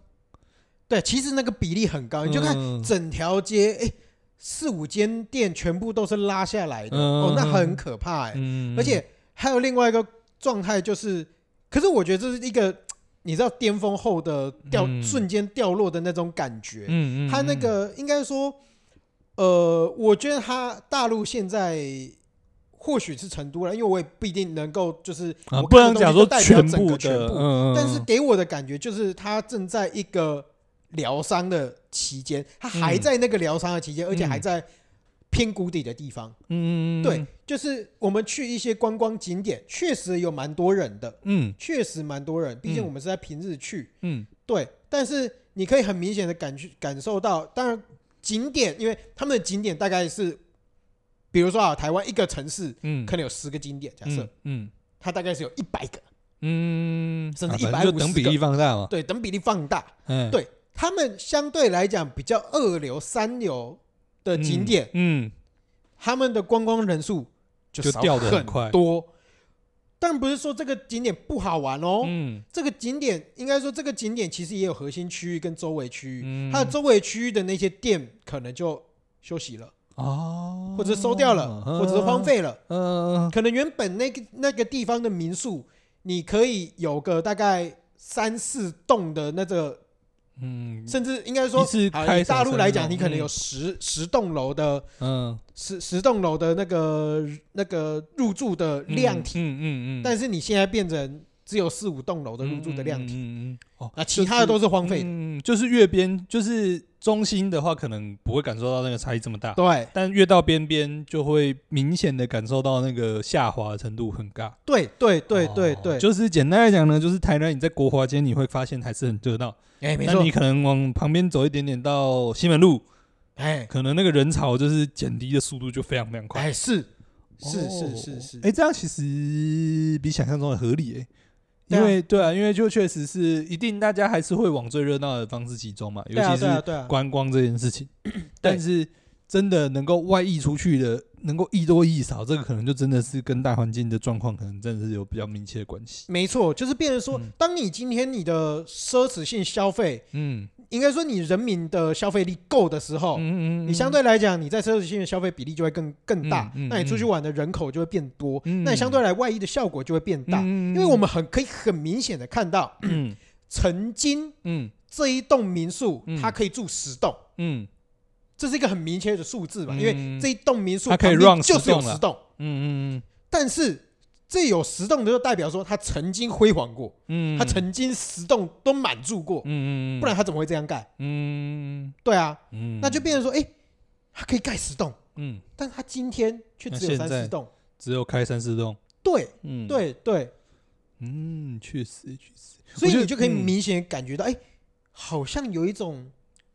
S1: 对，其实那个比例很高，你就看
S2: 嗯
S1: 整条街，哎，四五间店全部都是拉下来的，
S2: 嗯
S1: 哦，那很可怕哎。
S2: 嗯，
S1: 而且还有另外一个状态就是，可是我觉得这是一个你知道巅峰后的掉
S2: 嗯
S1: 瞬间掉落的那种感觉，
S2: 嗯，嗯嗯，
S1: 他那个应该说，呃，我觉得他大陆现在或许是成都了，因为我也不一定能够就是
S2: 啊，
S1: 我
S2: 不
S1: 看
S2: 能
S1: 的东西
S2: 讲说
S1: 都代表
S2: 全
S1: 整个
S2: 部的，
S1: 全部，
S2: 嗯，
S1: 但是给我的感觉就是他正在一个疗伤的期间，他还
S2: 嗯
S1: 在那个疗伤的期间，而且还
S2: 嗯
S1: 在偏谷底的地方。
S2: 嗯，嗯
S1: 对，，就是我们去一些观光景点，确实有蛮多人的，
S2: 嗯
S1: 确实蛮多人，毕竟
S2: 嗯
S1: 我们是在平日去。
S2: 嗯
S1: 对，但是你可以很明显的感去感受到，当然景点，因为他们的景点大概是，比如说啊，台湾一个城市
S2: 嗯，
S1: 可能有十个景点，假设、
S2: 嗯
S1: 它大概是有一百个，
S2: 嗯，
S1: 甚
S2: 啊
S1: 至
S2: 反
S1: 150
S2: 正就等比例放大嘛，
S1: 对，等比例放大，
S2: 嗯，
S1: 对他们相对来讲比较二流、三流的
S2: 嗯
S1: 景点，
S2: 嗯，
S1: 他们的观光人数就
S2: 就
S1: 少
S2: 掉得很
S1: 很
S2: 快
S1: 多。但不是说这个景点不好玩哦，
S2: 嗯
S1: 这个景点应该说，这个景点其实也有核心区域跟周围区域，
S2: 嗯
S1: 它的周围区域的那些店可能就休息了，
S2: 哦，
S1: 或者收掉了，或者是荒，废了。
S2: 嗯
S1: 可能原本那个那个地方的民宿，你可以有个大概三四栋的那个，
S2: 嗯
S1: 甚至应该说
S2: 一次，
S1: 好
S2: 开
S1: 以大
S2: 两
S1: 陆
S2: 三
S1: 来讲，
S2: 栋
S1: 你可能有
S2: 嗯
S1: 十十栋楼的
S2: 嗯，
S1: 十十栋楼的那个那个入住的量体，
S2: 嗯嗯嗯，
S1: 但是你现在变成只有四五栋楼的入住的量体，
S2: 嗯嗯，哦，
S1: 那其他的都是荒废的。
S2: 嗯，就是越边，就是中心的话，可能不会感受到那个差异这么大。
S1: 对
S2: 但越到边边，就会明显的感受到那个下滑的程度很尬。
S1: 对对对
S2: 哦
S1: 对对，
S2: 就是简单来讲呢，就是台南你在国华街你会发现还是很热闹，
S1: 哎，没
S2: 那
S1: 错
S2: 你，可能往旁边走一点点到西门路，
S1: 哎
S2: 可能那个人潮就是减低的速度就非常非常快。
S1: 哎是是
S2: 哦
S1: 是是是，
S2: 哎，这样其实比想象中的合理哎。
S1: 对啊
S2: 因为对啊，因为就确实是一定，大家还是会往最热闹的方式集中嘛，尤
S1: 对啊
S2: 其
S1: 对啊
S2: 是
S1: 对啊，
S2: 观光这件事 情。但是真的能够外溢出去的，能够溢多溢少，这个可能就真的是跟大环境的状况可能真的是有比较密切的关系。
S1: 没错，就是变成说
S2: 嗯，
S1: 当你今天你的奢侈性消费，
S2: 嗯
S1: 应该说你人民的消费力够的时候，
S2: 嗯
S1: 你相对来讲你在奢侈性的消费比例就会更更大，
S2: 嗯嗯
S1: 那你出去玩的人口就会变多，
S2: 嗯
S1: 那你相对来外溢的效果就会变大，
S2: 因
S1: 因为我们很可以很明显的看到，
S2: 嗯
S1: 曾经
S2: 嗯
S1: 这一栋民宿
S2: 嗯
S1: 它可以住十栋，
S2: 嗯
S1: 这是一个很明确的数字嘛，
S2: 嗯
S1: 因为这一栋民宿
S2: 它可以
S1: 旁边
S2: run
S1: 就是有
S2: 10栋
S1: 十
S2: 了
S1: 栋，
S2: 嗯嗯
S1: 但是这有十栋的就代表说它曾经辉煌过，
S2: 嗯，
S1: 它曾经十栋都满住过，
S2: 嗯嗯，
S1: 不然它怎么会这样盖？
S2: 嗯
S1: 对啊，
S2: 嗯，
S1: 那就变成说，哎，它可以盖十栋，
S2: 嗯，
S1: 但它今天却只有
S2: 那
S1: 三
S2: 现在
S1: 十栋，
S2: 只有开三四栋，
S1: 对
S2: 嗯，，
S1: 对对，
S2: 嗯，确实确实，
S1: 所以
S2: 我觉
S1: 你
S2: 得
S1: 就可以
S2: 嗯
S1: 明显感觉到，哎，好像有一种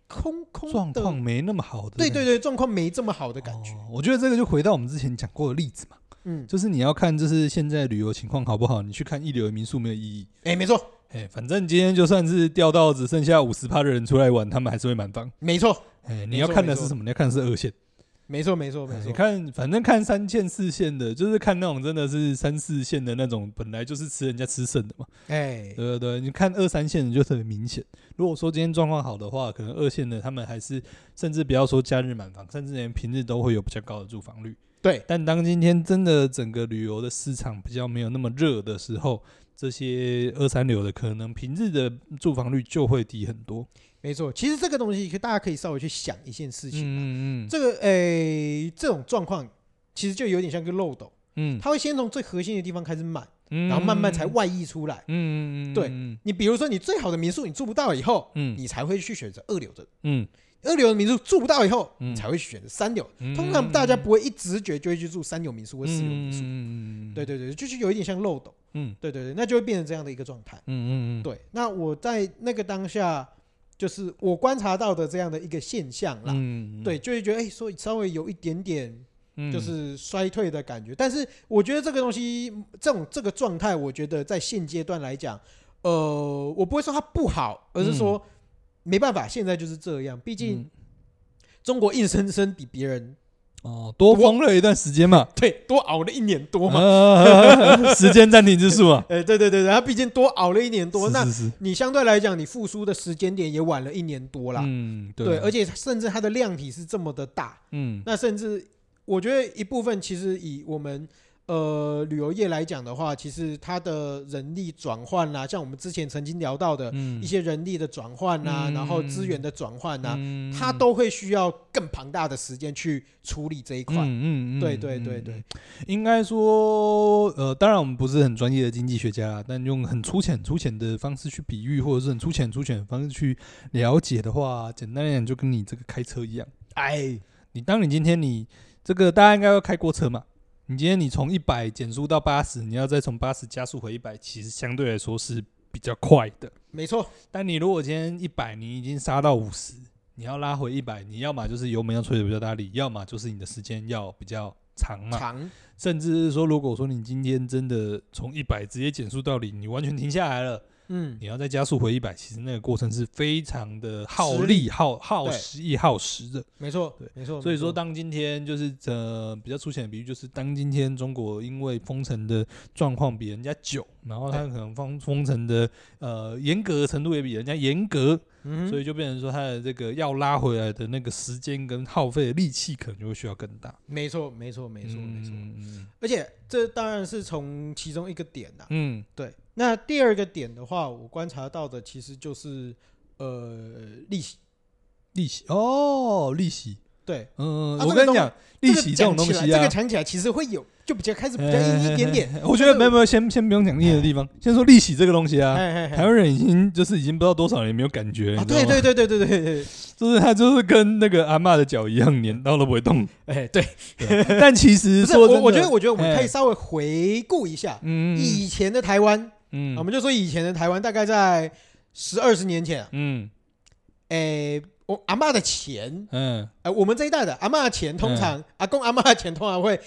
S1: 空空
S2: 状
S1: 的
S2: 况，没那么好的，
S1: 对对对，状况没这么好的感觉，
S2: 哦我觉得这个就回到我们之前讲过的例子嘛，
S1: 嗯，
S2: 就是你要看就是现在旅游情况好不好，你去看一流的民宿没有意义。
S1: 哎，没错
S2: 哎，反正今天就算是掉到只剩下五十趴的人出来玩，他们还是会满房。
S1: 没错
S2: 哎，
S1: 没
S2: 你要
S1: 错
S2: 看
S1: 没
S2: 的
S1: 错
S2: 是什么？你要看的是二线。
S1: 没错没错没
S2: 哎
S1: 错
S2: 你，看，反正看三线、四线的，就是看那种真的是三四线的那种，本来就是吃人家吃剩的嘛。
S1: 哎，
S2: 对对对，你看二三线的就特别明显。如果说今天状况好的话，可能二线的他们还是甚至不要说假日满房，甚至连平日都会有比较高的住房率。
S1: 对，
S2: 但当今天真的整个旅游的市场比较没有那么热的时候，这些二三流的可能平日的住房率就会低很多。
S1: 没错。其实这个东西，大家可以稍微去想一件事情。
S2: 嗯嗯
S1: 这个诶、这种状况其实就有点像个漏斗，
S2: 嗯
S1: 它会先从最核心的地方开始满，
S2: 嗯
S1: 然后慢慢才外溢出来。
S2: 嗯嗯嗯，
S1: 对
S2: 嗯
S1: 你比如说，你最好的民宿你住不到以后，
S2: 嗯
S1: 你才会去选择二流的。
S2: 嗯
S1: 二流的民宿住不到以后，
S2: 嗯
S1: 你才会去选择三流。
S2: 嗯
S1: 通常大家不会一直觉就会去住三流民宿或四流民宿。
S2: 嗯
S1: 对对对，就是有一点像漏斗。
S2: 嗯
S1: 对对对，那就会变成这样的一个状态。
S2: 嗯嗯嗯
S1: 对，那我在那个当下，就是我观察到的这样的一个现象啦。
S2: 嗯
S1: 对，就会觉得哎，说、稍微有一点点
S2: 嗯
S1: 就是衰退的感觉。但是我觉得这个东西，这种这个状态，我觉得在现阶段来讲，呃，我不会说它不好，而是说
S2: 嗯
S1: 没办法，现在就是这样。毕竟中国硬生生比别人
S2: 哦多疯了一段时间嘛，
S1: 对多熬了一年多嘛。
S2: 嘛， 时间暂停之数啊，
S1: 呃，对对对对，他毕竟多熬了一年 多，那
S2: 是是
S1: 你相对来讲，你复苏的时间点也晚了一年多啦。
S2: 嗯
S1: 对，而且甚至它的量体是这么的大，
S2: 嗯
S1: 那甚至我觉得一部分其实以我们呃旅游业来讲的话，其实它的人力转换啦，像我们之前曾经聊到的
S2: 嗯
S1: 一些人力的转换啦，
S2: 嗯
S1: 然后资源的转换啦，
S2: 嗯
S1: 它啊都会需要更庞大的时间去处理这一块。
S2: 嗯
S1: 对对对对，
S2: 应该说，呃，当然我们不是很专业的经济学家啦，但用很粗浅、粗浅的方式去比喻，或者是很粗浅、粗浅的方式去了解的话，简单来讲，就跟你这个开车一样，
S1: 哎，
S2: 你当你今天你这个大家应该会开过车嘛，你今天你从一百减速到八十，你要再从八十加速回一百，其实相对来说是比较快的。
S1: 没错，
S2: 但你如果今天一百，你已经杀到五十，你要拉回一百，你要么就是油门要吹的比较大力，要么就是你的时间要比较长嘛。
S1: 长
S2: 甚至是说，如果说你今天真的从一百直接减速到零，你完全停下来了，
S1: 嗯
S2: 你要再加速回一百，其实那个过程是非常的耗
S1: 吃力
S2: 力、耗耗
S1: 对
S2: 时、亦耗时的。
S1: 没错
S2: 对，
S1: 没错。
S2: 所以说，
S1: 没错
S2: 当今天就是呃比较粗浅的比喻，就是当今天中国因为封城的状况比人家久，然后它可能封封城的呃严格的程度也比人家严格，
S1: 嗯
S2: 所
S1: 哼
S2: 以就变成说它的这个要拉回来的那个时间跟耗费的力气可能就会需要更大。
S1: 没错，没错，没错，没错。
S2: 嗯
S1: 而且这当然是从其中一个点呐、
S2: 嗯
S1: 对，那第二个点的话，我观察到的其实就是呃利息。
S2: 利息哦，利息，
S1: 对，
S2: 嗯，
S1: 啊
S2: 我
S1: 这个
S2: 跟
S1: 东
S2: 你讲，利息这
S1: 这
S2: 种
S1: 个
S2: 东
S1: 讲
S2: 西
S1: 起来
S2: 啊，
S1: 这个讲起来其实会有，就比较开始比较硬一点点。
S2: 我觉得没有没有，先先不用讲利的地方，先说利息这个东西啊，
S1: 哎哎
S2: 台湾人已经就是已经不知道多少年没有感觉，
S1: 啊，
S2: 你知
S1: 对
S2: 道吗？
S1: 对对对对对对 对，
S2: 就是他就是跟那个阿嬷的脚一样，粘到都不 会动。
S1: 哎对，
S2: 对啊但其实
S1: 不是
S2: 说
S1: 我，
S2: 真的，
S1: 我觉得我觉得我们
S2: 哎
S1: 可以稍微回顾一下
S2: 嗯
S1: 以前的台湾，啊
S2: 嗯
S1: 我们就说以前的台湾大概在十二十年前啊，
S2: 嗯
S1: 哎，我阿嬷的钱，
S2: 嗯
S1: 哎，我们这一代的阿嬷的钱，通常阿公阿嬷的钱通常会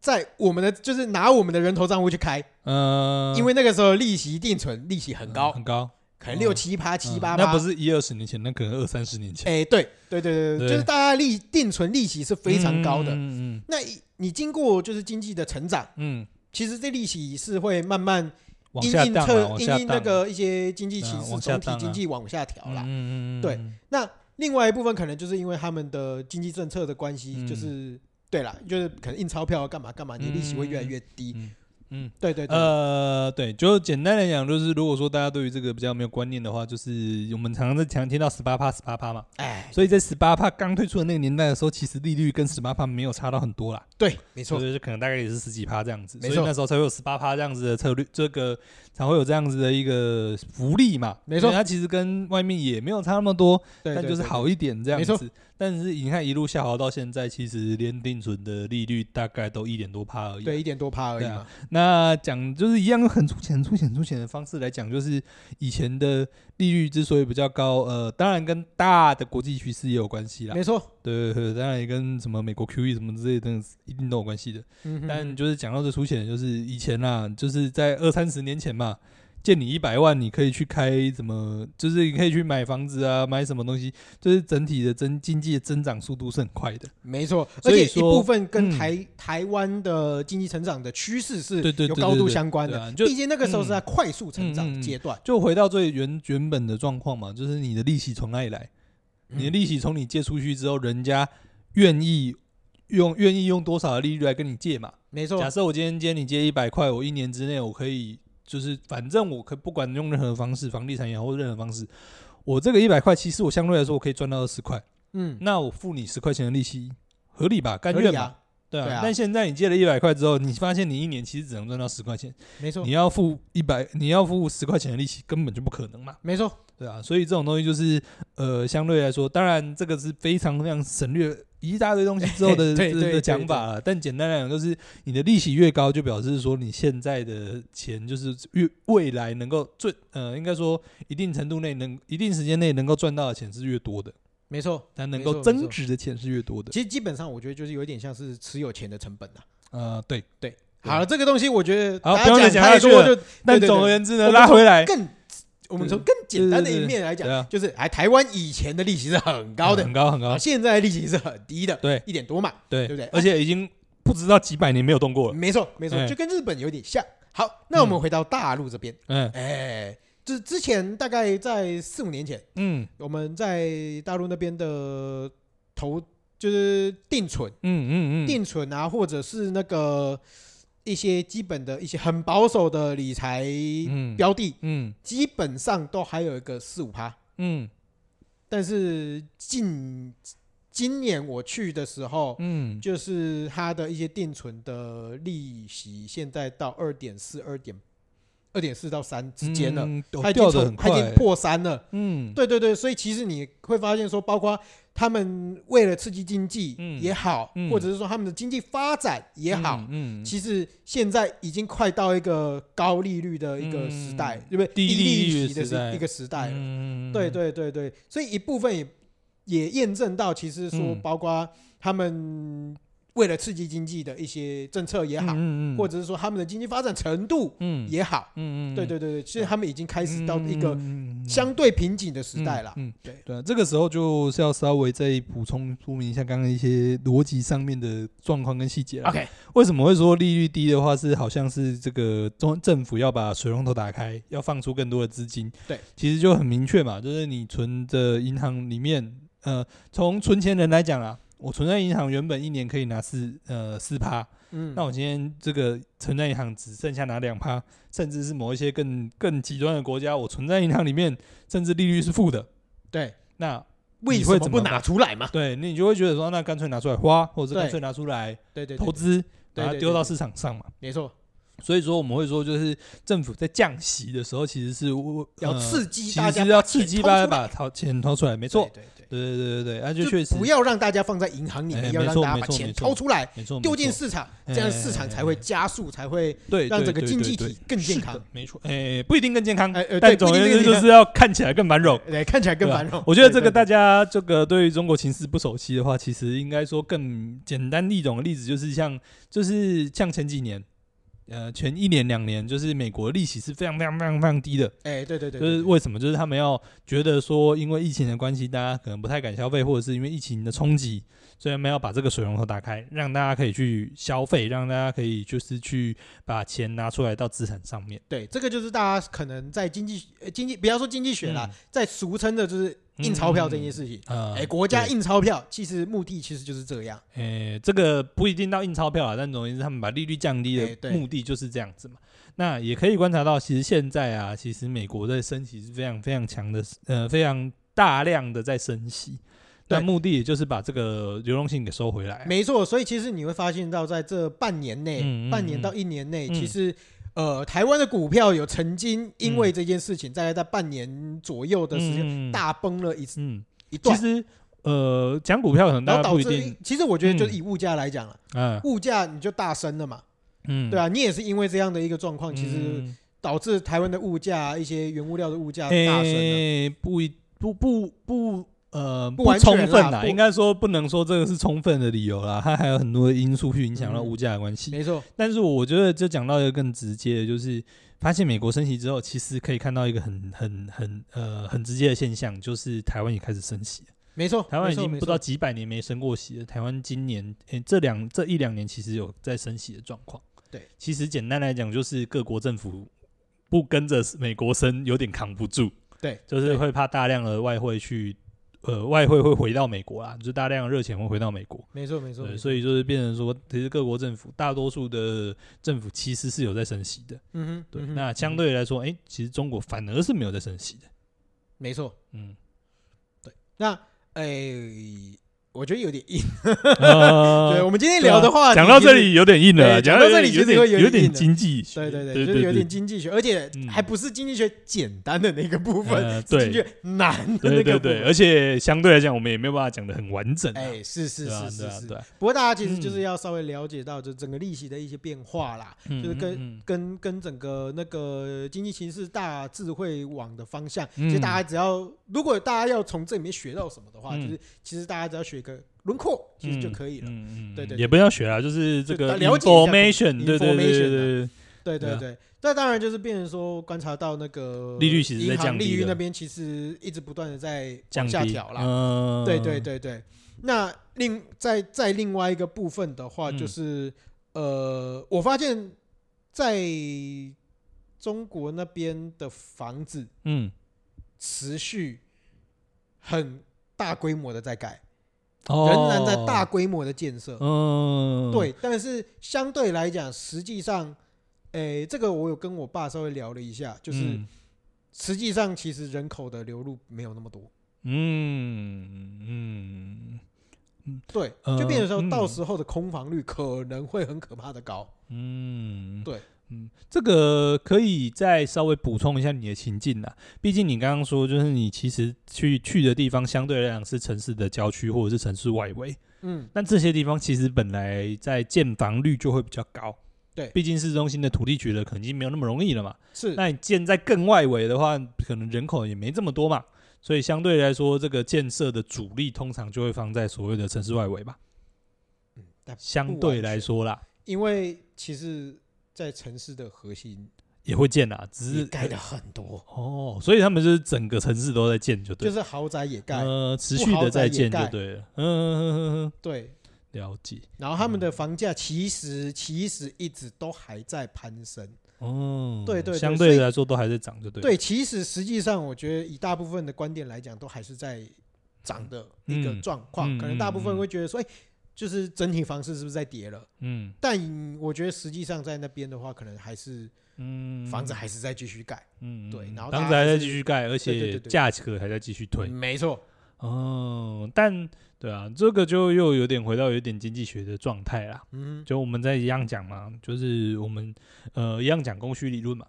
S1: 在我们的就是拿我们的人头账户去开。
S2: 嗯，
S1: 因为那个时候利息定存利息很高，
S2: 很高，
S1: 可能六七趴、七八
S2: 嗯
S1: 趴。
S2: 那不是一二十年前，那可能二三十年前，
S1: 哎、对对对对对，
S2: 对
S1: 就是大家利定存利息是非常高的。
S2: 嗯嗯
S1: 那你经过就是经济的成长，
S2: 嗯嗯
S1: 其实这利息是会慢慢
S2: 往
S1: 因
S2: 下
S1: 应
S2: 荡
S1: 特
S2: 了，往
S1: 因
S2: 下
S1: 应
S2: 荡
S1: 那
S2: 了，
S1: 个一些经济
S2: 对啊
S1: 形势，
S2: 往下
S1: 总体
S2: 荡
S1: 经
S2: 啊
S1: 济往下调啦。
S2: 嗯嗯嗯，
S1: 对
S2: 嗯
S1: 那另外一部分可能就是因为他们的经济政策的关系，
S2: 嗯
S1: 就是对啦，就是可能印钞票啊干嘛干嘛，你的利息会越来越低。
S2: 嗯嗯，
S1: 对对对，
S2: 呃，对，就简单来讲，就是如果说大家对于这个比较没有观念的话，就是我们常常在常听到十八趴十八趴嘛，
S1: 哎，
S2: 所以在十八趴刚推出的那个年代的时候，其实利率跟十八趴没有差到很多啦，
S1: 对，没错
S2: 所，以就可能大概也是十几趴这样子，
S1: 没
S2: 所
S1: 错
S2: 以那时候才会有十八趴这样子的策略，这个才会有这样子的一个福利嘛，
S1: 没错
S2: 所以它其实跟外面也没有差那么多，
S1: 对，
S2: 但
S1: 对
S2: 就是，好一点这样
S1: 没
S2: 子。但是你看一路下滑到现在，其实连定存的利率大概都一点多趴而
S1: 对
S2: 已。
S1: 对，一点多趴而已
S2: 对啊
S1: 嘛。
S2: 那讲就是一样用很粗浅、很粗浅、很粗浅的方式来讲，就是以前的利率之所以比较高，呃，当然跟大的国际局势也有关系啦。
S1: 没错，
S2: 对对对，当然也跟什么美国 QE 什么之类的，一定都有关系的。
S1: 嗯哼，
S2: 但就是讲到最粗浅的，就是以前啦，就是在二三十年前嘛，借你一百万，你可以去开什么，就是你可以去买房子啊，买什么东西，就是整体的增经济的增长速度是很快的。
S1: 没错，而
S2: 所以
S1: 且一
S2: 说
S1: 部分跟
S2: 嗯
S1: 台台湾的经济成长的趋势是
S2: 对对对
S1: 有
S2: 对
S1: 高度
S2: 对
S1: 相关
S2: 对
S1: 的，
S2: 啊就
S1: 毕竟那个时候是在快速成
S2: 嗯嗯
S1: 长
S2: 嗯
S1: 阶段。
S2: 就回到最原原本的状况嘛，就是你的利息从哪里来？你的
S1: 嗯
S2: 利息从你借出去之后，人家愿意用愿意用多少的利率来跟你借嘛？
S1: 没错
S2: 假，设我今天借你借一百块，我一年之内我可以就是反正我可不管用任何方式，房地产也好或任何方式，我这个一百块其实我相对来说我可以赚到二十块，
S1: 嗯，
S2: 那我付你十块钱的利息，合理吧？甘
S1: 合
S2: 愿
S1: 理
S2: 吧？
S1: 啊，
S2: 对啊。
S1: 对啊
S2: 但现在你借了一百块之后，你发现你一年其实只能赚到十块钱，
S1: 没错
S2: 你，要付一百，你要付十块钱的利息根本就不可能嘛。
S1: 没错，
S2: 对啊，所以这种东西就是呃，相对来说，当然这个是非常非常省略一大堆东西之后的
S1: 对对
S2: 的
S1: 对
S2: 的讲法了。但简单来讲，就是你的利息越高，就表示说你现在的钱就是越未来能够最呃，应该说一定程度内能一定时间内能够赚到的钱是越多的，
S1: 没错。
S2: 但能
S1: 没错
S2: 够
S1: 没
S2: 增
S1: 错
S2: 值的钱是越多的。
S1: 其实基本上我觉得就是有点像是持有钱的成本啊。
S2: 呃，对。
S1: 对，
S2: 对
S1: 好了，这个东西我觉得
S2: 好
S1: 大
S2: 不
S1: 家
S2: 要
S1: 讲
S2: 再讲
S1: 太
S2: 下去
S1: 多
S2: 了
S1: 就
S2: 但
S1: 对
S2: 总而
S1: 对
S2: 言之呢，
S1: 我们
S2: 拉
S1: 从
S2: 回来，
S1: 更，我们从更简单的一面来
S2: 对
S1: 讲
S2: 啊，嗯
S1: 就是哎，台湾以前的利息是很高的
S2: 很，高很高
S1: 啊，，现在利息是很低的，
S2: 对
S1: 一点多嘛，
S2: 对
S1: 对不对啊
S2: 而且已经不知道几百年没有动过了。
S1: 没错没错，
S2: 哎
S1: 就跟日本有点像。好，那我们
S2: 嗯
S1: 回到大陆这边，
S2: 嗯
S1: 哎，就是之前大概在四五年前，
S2: 嗯
S1: 我们在大陆那边的投就是定存。
S2: 嗯嗯嗯，
S1: 定存啊，或者是那个一些基本的一些很保守的理财
S2: 嗯
S1: 标的，
S2: 嗯
S1: 基本上都还有一个四五趴。
S2: 嗯
S1: 但是近今年我去的时候，
S2: 嗯
S1: 就是它的一些定存的利息现在到二点四、二点二点四到三之间了，
S2: 嗯哦
S1: 它已经
S2: 掉的
S1: 从
S2: 很
S1: 它
S2: 快
S1: 已
S2: 欸
S1: 经，破三了。
S2: 嗯，
S1: 对对对，所以其实你会发现说，包括他们为了刺激经济
S2: 嗯
S1: 也好，
S2: 嗯
S1: 或者是说他们的经济发展也好，
S2: 嗯，嗯，
S1: 其实现在已经快到一个高利率的一个时代，
S2: 嗯
S1: 对不对？
S2: 低利率
S1: 利息
S2: 的
S1: 的
S2: 时代
S1: 是一个时代了。
S2: 嗯
S1: 对，对对对，所以一部分也也验证到，其实说
S2: 嗯
S1: 包括他们为了刺激经济的一些政策也
S2: 也
S1: 好，
S2: 嗯嗯，
S1: 或者是说他们的经济发展程度
S2: 嗯
S1: 也好，
S2: 嗯嗯，
S1: 对对对对，其实他们已经开
S2: 开
S1: 始到一个相对瓶颈的时代了。
S2: 嗯，嗯
S1: 对
S2: 对啊，这个时候就是要稍微再补充说明一下刚刚一些逻辑上面的状况跟细节了。
S1: OK，
S2: 为什么会说利率低的话是好像是这个中政府要把水龙头打开，要放出更多的资金？
S1: 对，
S2: 其实就很明确嘛，就是你存的银行里面，呃，从存钱人来讲啦，我存在银行原本一年可以拿四呃四趴，
S1: 嗯，
S2: 那我今天这个存在银行只剩下拿两趴，甚至是某一些更更极端的国家，我存在银行里面甚至利率是负的，
S1: 对，
S2: 那
S1: 为
S2: 你
S1: 什
S2: 会
S1: 么
S2: 怎
S1: 不
S2: 么
S1: 拿
S2: 办？
S1: 出来嘛？
S2: 对，那你就会觉得说，那干脆拿出来花，或者是干
S1: 对
S2: 脆拿出来
S1: 对对，对
S2: 投，资，把它
S1: 对对
S2: 丢
S1: 对
S2: 到
S1: 对
S2: 市场上嘛。
S1: 没错，
S2: 所以说我们会说，就是政府在降息的时候，其实是呃
S1: 要刺激
S2: 其
S1: 大
S2: 实
S1: 家
S2: 是
S1: 把
S2: 要
S1: 钱
S2: 刺激
S1: 掏
S2: 大家
S1: 出来
S2: 把掏钱掏出来，没错，
S1: 对对对。
S2: 对对对对对，那就
S1: 就
S2: 确实
S1: 不要让大家放在银行里面，
S2: 哎
S1: 要
S2: 没
S1: 让
S2: 错
S1: 大家
S2: 没
S1: 把
S2: 错
S1: 钱
S2: 没
S1: 掏
S2: 错
S1: 出来，
S2: 没错，
S1: 丢进
S2: 没错
S1: 市场，
S2: 哎
S1: 这样市场才会加速，才会
S2: 对
S1: 让
S2: 对
S1: 整个
S2: 对
S1: 经
S2: 对
S1: 济
S2: 对
S1: 体更健
S2: 是
S1: 康
S2: 的。没错，哎，不一定更健康
S1: 哎呃，对
S2: 但
S1: 不一
S2: 总而
S1: 定
S2: 言之
S1: 更健
S2: 就是要看起来更繁荣。
S1: 对，看起来更
S2: 对吧
S1: 繁荣。
S2: 我觉得这个大
S1: 家
S2: 家这个对于中国情势不熟悉的话，其实应该说更简单易懂的例子，就是像就是像前几年呃前一年两年，就是美国利息是非常非常非常非常低的，
S1: 哎，对对对，
S2: 就
S1: 对
S2: 是为什么？就是他们要觉得说，因为疫情的关系，大家可能不太敢消费，或者是因为疫情的冲击，所以他们要把这个水龙头打开，让大家可以去消费，让大家可以就是去把钱拿出来到资产上面。
S1: 对，这个就是大家可能在经济呃经济，不要说经济学
S2: 嗯
S1: 啦，在俗称的就是印钞票这件事情。
S2: 呃，
S1: 哎，国家
S2: 对，
S1: 印钞票，其实目的其实就是这样。
S2: 哎，这个不一定到印钞票啊，但总而言之，他们把利率降低
S1: 哎
S2: 的
S1: 对
S2: 目的就是这样子嘛。那也可以观察到，其实现在啊，其实美国在升息是非常非常强的，呃，非常大量的在升息。
S1: 对
S2: 那目的也就是把这个流动性给收回来啊、
S1: 没错，所以其实你会发现到，在这半年内、
S2: 嗯嗯
S1: 半年到一年内，
S2: 嗯
S1: 其实呃，台湾的股票有曾经因为这件事情，大概在半年左右的时间、
S2: 嗯，
S1: 大崩了一次
S2: 嗯，
S1: 一
S2: 其
S1: 段，
S2: 实呃，讲股票可能
S1: 然后
S2: 大家
S1: 导
S2: 不一
S1: 致
S2: 定，，
S1: 其实我觉得就是以物价来讲了，
S2: 嗯
S1: 物价你就大升了嘛，
S2: 嗯，
S1: 对啊，你也是因为这样的一个状况，
S2: 嗯，
S1: 其实导致台湾的物价、一些原物料的物价大升啊了。
S2: 诶，不一不不不。呃，
S1: 不
S2: 不
S1: 完全
S2: 充分
S1: 啦
S2: 啦，
S1: 不
S2: 应该说不能说这个是充分的理由啦， 它还有很多的因素去影响到
S1: 嗯
S2: 物价的关系。
S1: 没错，
S2: 但是我觉得就讲到一个更直接的，就是发现美国升息之后，其实可以看到一个很很很呃很直接的现象，就是台湾也开始升息了。
S1: 没错，
S2: 台湾
S1: 没
S2: 已
S1: 错
S2: 经不知道几百年没升过息了。台湾今年，诶、这两这一两年其实有在升息的状况。
S1: 对，
S2: 其实简单来讲，就是各国政府不跟着美国升，有点扛不住。
S1: 对，
S2: 就是
S1: 对
S2: 会怕大量的外汇去，呃，外汇会回到美国啦，就是大量的热钱会回到美国。
S1: 没错，没错，
S2: 对，
S1: 没错
S2: 所以就是变成说，其实各国政府大多数的政府其实是有在升息的。
S1: 嗯哼，
S2: 对，
S1: 嗯哼
S2: 那相对来说，诶，其实中国反而是没有在升息的。
S1: 没错。
S2: 嗯，
S1: 那诶、我觉得有点硬。对，
S2: 呃
S1: 我们今天聊的话，
S2: 讲到这，里有点硬了，
S1: 对讲到这里
S2: 有
S1: 其实会
S2: 点
S1: 有点硬
S2: 点
S1: 了
S2: 经济学，
S1: 对对对，
S2: 对，
S1: 就是有点经济学，而且
S2: 嗯
S1: 还不是经济学简单的那个部分，
S2: 呃
S1: 是经济
S2: 对。
S1: 学难的那个
S2: 对对
S1: 部
S2: 对，
S1: 分。
S2: 而且相对来讲，我们也没有办法讲的很完整、啊。
S1: 哎，是是
S2: 对啊
S1: 是
S2: 对
S1: 是
S2: 啊
S1: 是
S2: 对，啊
S1: 不过大家其实就是
S2: 嗯
S1: 要稍微了解到，就整个利息的一些变化啦，
S2: 嗯
S1: 就是跟
S2: 嗯
S1: 跟跟整个那个经济形势大致会往的方向。
S2: 嗯
S1: 其实大家只要，如果大家要从这里面学到什么的话，
S2: 嗯
S1: 就是其实大家只要学个轮廓，其实就
S2: 嗯
S1: 可以了。
S2: 嗯嗯
S1: 对对对
S2: 也不要学啊，就是这
S1: 就呃
S2: 个
S1: 了解一下
S2: information，对对对
S1: information 啊
S2: 对对，
S1: 对
S2: 对
S1: 对
S2: 啊
S1: 对，那当然就是变成说观察到那个
S2: 利率其实在
S1: 银行
S2: 降低
S1: 利率
S2: 的
S1: 那边其实一直不断的在
S2: 降
S1: 往
S2: 低
S1: 下调啦。
S2: 嗯，
S1: 对对对对，那另在在另外一个部分的话，
S2: 嗯
S1: 就是、呃，我发现在中国那边的房子
S2: 嗯，
S1: 持续很大规模的在盖，
S2: 哦
S1: 仍然在大，规模的建设。
S2: 嗯，
S1: 对，但是相对来讲，实际上，诶，这个我有跟我爸稍微聊了一下，就是
S2: 嗯，
S1: 实际上其实人口的流入没有那么多，
S2: 嗯嗯
S1: 对，
S2: 呃
S1: 就变成说
S2: 嗯
S1: 到时候的空房率可能会很可怕的高。
S2: 嗯，
S1: 对，
S2: 嗯，这个可以再稍微补充一下你的情境啦。毕竟你刚刚说，就是你其实去去的地方相对来讲是城市的郊区或者是城市外围，
S1: 嗯，
S2: 那这些地方其实本来在建房率就会比较高。
S1: 对
S2: 毕竟市中心的土地取得肯定没有那么容易了嘛。
S1: 是，
S2: 那你建在更外围的话，可能人口也没这么多嘛，所以相对来说，这个建设的主力通常就会放在所谓的城市外围吧。
S1: 嗯，但
S2: 相对来说啦，
S1: 因为其实，在城市的核心
S2: 也会建啦，只
S1: 也
S2: 是
S1: 盖的很多，
S2: 哦，所以他们就是整个城市都在建，就对
S1: 就
S2: 了，
S1: 是豪宅也盖，
S2: 呃，持续的在建就对了。嗯，
S1: 对。
S2: 了解。
S1: 然后他
S2: 嗯
S1: 们的房价其实其实一直都还在攀升，
S2: 哦，
S1: 对对对
S2: 相
S1: 所
S2: 对
S1: 以
S2: 来说都还在涨，就对。
S1: 对，，其实实际上，我觉得以大部分的观点来讲，都还是在涨的一个
S2: 嗯
S1: 状况。
S2: 嗯
S1: 可能大部分
S2: 嗯嗯
S1: 会觉得说，哎，就是整体房市是不是在跌了？
S2: 嗯
S1: 但我觉得实际上在那边的话，可能还是
S2: 嗯，
S1: 房子还是在继续盖。
S2: 嗯，
S1: 对
S2: 嗯
S1: 然后大家
S2: 房子还
S1: 还
S2: 在
S1: 是
S2: 继续盖，而
S1: 对对
S2: 且
S1: 对对嗯
S2: 价格还在继续推。
S1: 没错，
S2: 哦，但对啊，这个就又有点回到有点经济学的状态啦。
S1: 嗯哼，
S2: 就我们在一样讲嘛，就是我们呃一样讲供需理论嘛。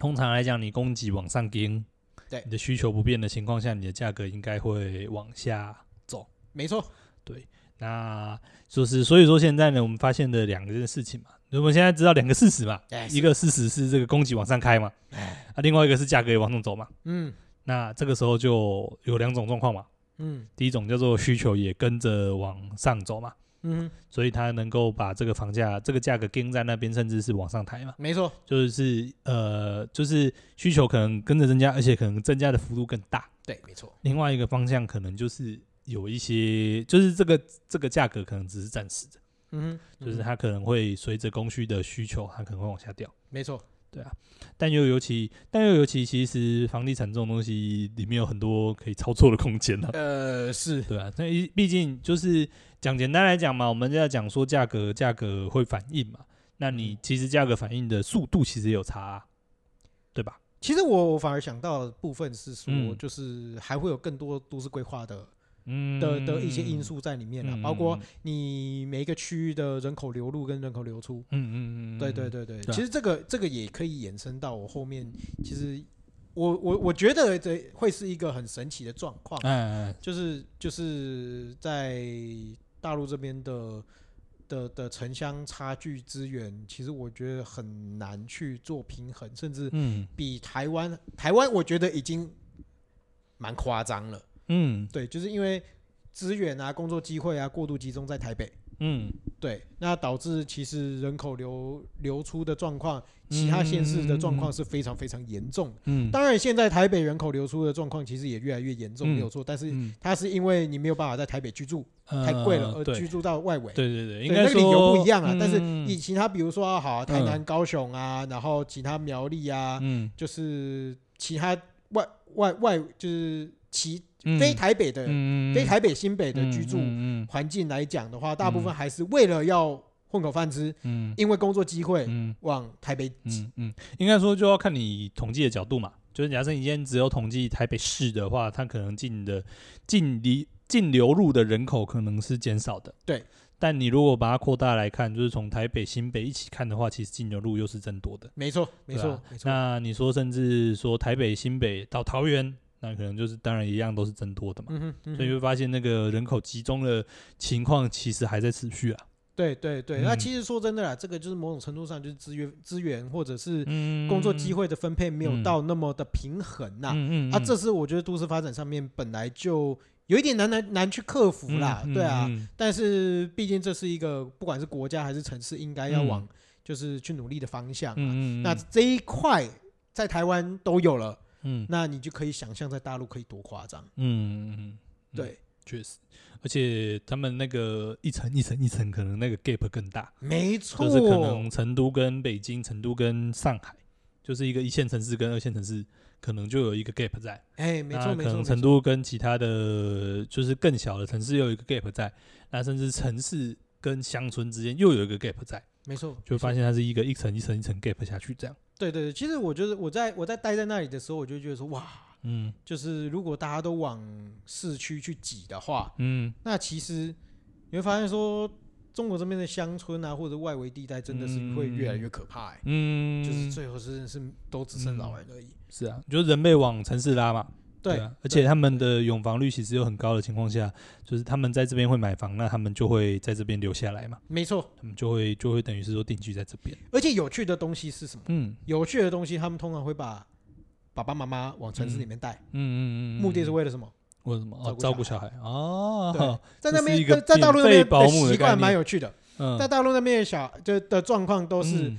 S2: 通常来讲，你供给往上跟，
S1: 对
S2: 你的需求不变的情况下，你的价格应该会往下。
S1: 没错，
S2: 那就是所以说现在呢，我们发现的两个事情嘛，我们现在知道两个事实嘛，
S1: 哎是哎
S2: 一个事实是这个供给往上开嘛，啊，另外一个是价格也往上走嘛。
S1: 嗯
S2: 那这个时候就有两种状况嘛，
S1: 嗯，
S2: 第一种叫做需求也跟着往上走嘛，
S1: 嗯，
S2: 所以它能够把这个房价这个价格盯在那边，甚至是往上抬嘛。
S1: 没错，
S2: 就是呃，就是需求可能跟着增加，而且可能增加的幅度更大。
S1: 对，没错，
S2: 另外一个方向可能就是有一些，就是这个这个价格可能只是暂时的，
S1: 嗯哼，
S2: 就是
S1: 嗯
S2: 它可能会随着供需的需求，它可能会往下掉。
S1: 没错，
S2: 但又尤其，但又尤其，其实房地产这种东西里面有很多可以操作的空间啊。
S1: 呃，是
S2: 对啊，那一毕竟就是讲简单来讲嘛，我们就要讲说价格，价格会反应嘛。那
S1: 嗯
S2: 你其实价格反应的速度其实也有差、啊，对吧？
S1: 其实我我反而想到的部分是说，
S2: 嗯
S1: 就是还会有更多都市规划的
S2: 嗯
S1: 的的一些因，素在里面啊，
S2: 嗯
S1: 包括你每一个区域的人口流入跟人口流出。
S2: 嗯嗯嗯，
S1: 对对对对，
S2: 对啊
S1: 其实这个这个也可以衍生到我后面，其实我我我觉得这会是一个很神奇的状况，
S2: 嗯，嗯
S1: 就是就是在大陆这边的。的的城乡差距资源，其实我觉得很难去做平衡，甚至
S2: 嗯
S1: 比台湾，台湾我觉得已经蛮夸张了。
S2: 嗯
S1: 对，就是因为资源啊、工作机会啊过度集中在台北，
S2: 嗯，
S1: 对，那导致其实人口流流出的状况，其他县市的状况是非常非常严重的。
S2: 嗯，
S1: 当然，现在台北人口流出的状况其实也越来越严重，
S2: 嗯
S1: 没有错。但是
S2: 嗯
S1: 它是因为你没有办法在台北居住，
S2: 呃
S1: 太贵了，而
S2: 对
S1: 居住到外围。
S2: 对对对，应
S1: 对
S2: 该
S1: 那个理由
S2: 说
S1: 不一样啊，但是
S2: 嗯
S1: 以其他比如说啊，好啊台南、
S2: 嗯
S1: 高雄啊，然后其他苗栗啊，
S2: 嗯
S1: 就是其他外外外就是其
S2: 嗯
S1: 非台北的、
S2: 嗯
S1: 非台北新北的
S2: 嗯
S1: 居住
S2: 嗯
S1: 环境来讲的话，大部分还是为了要混口饭吃，
S2: 嗯
S1: 因为工作机会
S2: 嗯
S1: 往台北挤。
S2: 嗯嗯，应该说就要看你统计的角度嘛，就是假设你今天只有统计台北市的话，它可能进的进离进流入的人口可能是减少的，
S1: 对。
S2: 但你如果把它扩大来看，就是从台北、新北一起看的话，其实进流入又是增多的。
S1: 没错，没
S2: 对
S1: 错，
S2: 啊
S1: 没错，
S2: 那你说，甚至说台北、新北到桃园，那可能就是当然一样都是增多的嘛。
S1: 嗯哼，嗯哼
S2: 所以会发现那个人口集中的情况其实还在持续啊。
S1: 对对对。
S2: 嗯
S1: 那其实说真的啦，这个就是某种程度上就是资源资源或者是
S2: 嗯
S1: 工作机
S2: 会
S1: 会的分配没有
S2: 嗯
S1: 到那么的平衡呐、
S2: 嗯嗯
S1: 啊，这是我觉得都市发展上面本来就有一点难难难去克服啦，对啊。，
S2: 嗯嗯嗯
S1: 但是毕竟这是一个不管是国家还是城市应该要
S2: 嗯
S1: 往就是去努力的方向、啊。
S2: 嗯嗯，
S1: 那这一块在台湾都有了，
S2: 嗯
S1: 那你就可以想象在大陆可以多夸张。
S2: 嗯嗯，
S1: 对，
S2: 确实，而且他们那个一层一层一层，可能那个 gap 更大，
S1: 没错，
S2: 就是可能成都跟北京、成都跟上海，就是一个一线城市跟二线城市，可能就有一个 gap 在。
S1: 哎，没
S2: 那
S1: 错没
S2: 可
S1: 错，
S2: 能
S1: 没错
S2: 成都跟其他的就是更小的城市又有一个 gap 在，那甚至城市跟乡村之间又有一个 gap 在，
S1: 没错，
S2: 就发
S1: 现
S2: 现它是一个一层一层一层 gap 下去这样。
S1: 对对对，其实我觉得我在我在待在那里的时候，我就觉得说哇，
S2: 嗯
S1: 就是如果大家都往市区去挤的话，
S2: 嗯，
S1: 那其实你会发现说中国这边的乡村啊或者外围地带真的是会越来越可怕、哎、
S2: 嗯，
S1: 就是最后真的是都只剩老人而已。
S2: 是啊，就是人被往城市拉嘛。
S1: 对，
S2: 啊，而且他们的永房率其实又很高的情况下，就是他们在这边会买房，那他们就会在这边留下来嘛，
S1: 没错，
S2: 他们就会就会等于是说定居在这边。
S1: 而且有趣的东西是什么？
S2: 嗯
S1: 有趣的东西，他们通常会把爸爸妈妈往城市里面带，
S2: 嗯嗯嗯，
S1: 目的是为了什么？
S2: 为什么？哦，
S1: 照
S2: 照
S1: 顾
S2: 顾
S1: 小
S2: 小孩哦
S1: 对，，在那
S2: 这是
S1: 边
S2: 一个
S1: 在在大陆那
S2: 免
S1: 边
S2: 费保姆的
S1: 习
S2: 概
S1: 惯
S2: 念
S1: 蛮有趣的，
S2: 嗯，
S1: 在大陆那边的小就的状况都
S2: 都
S1: 是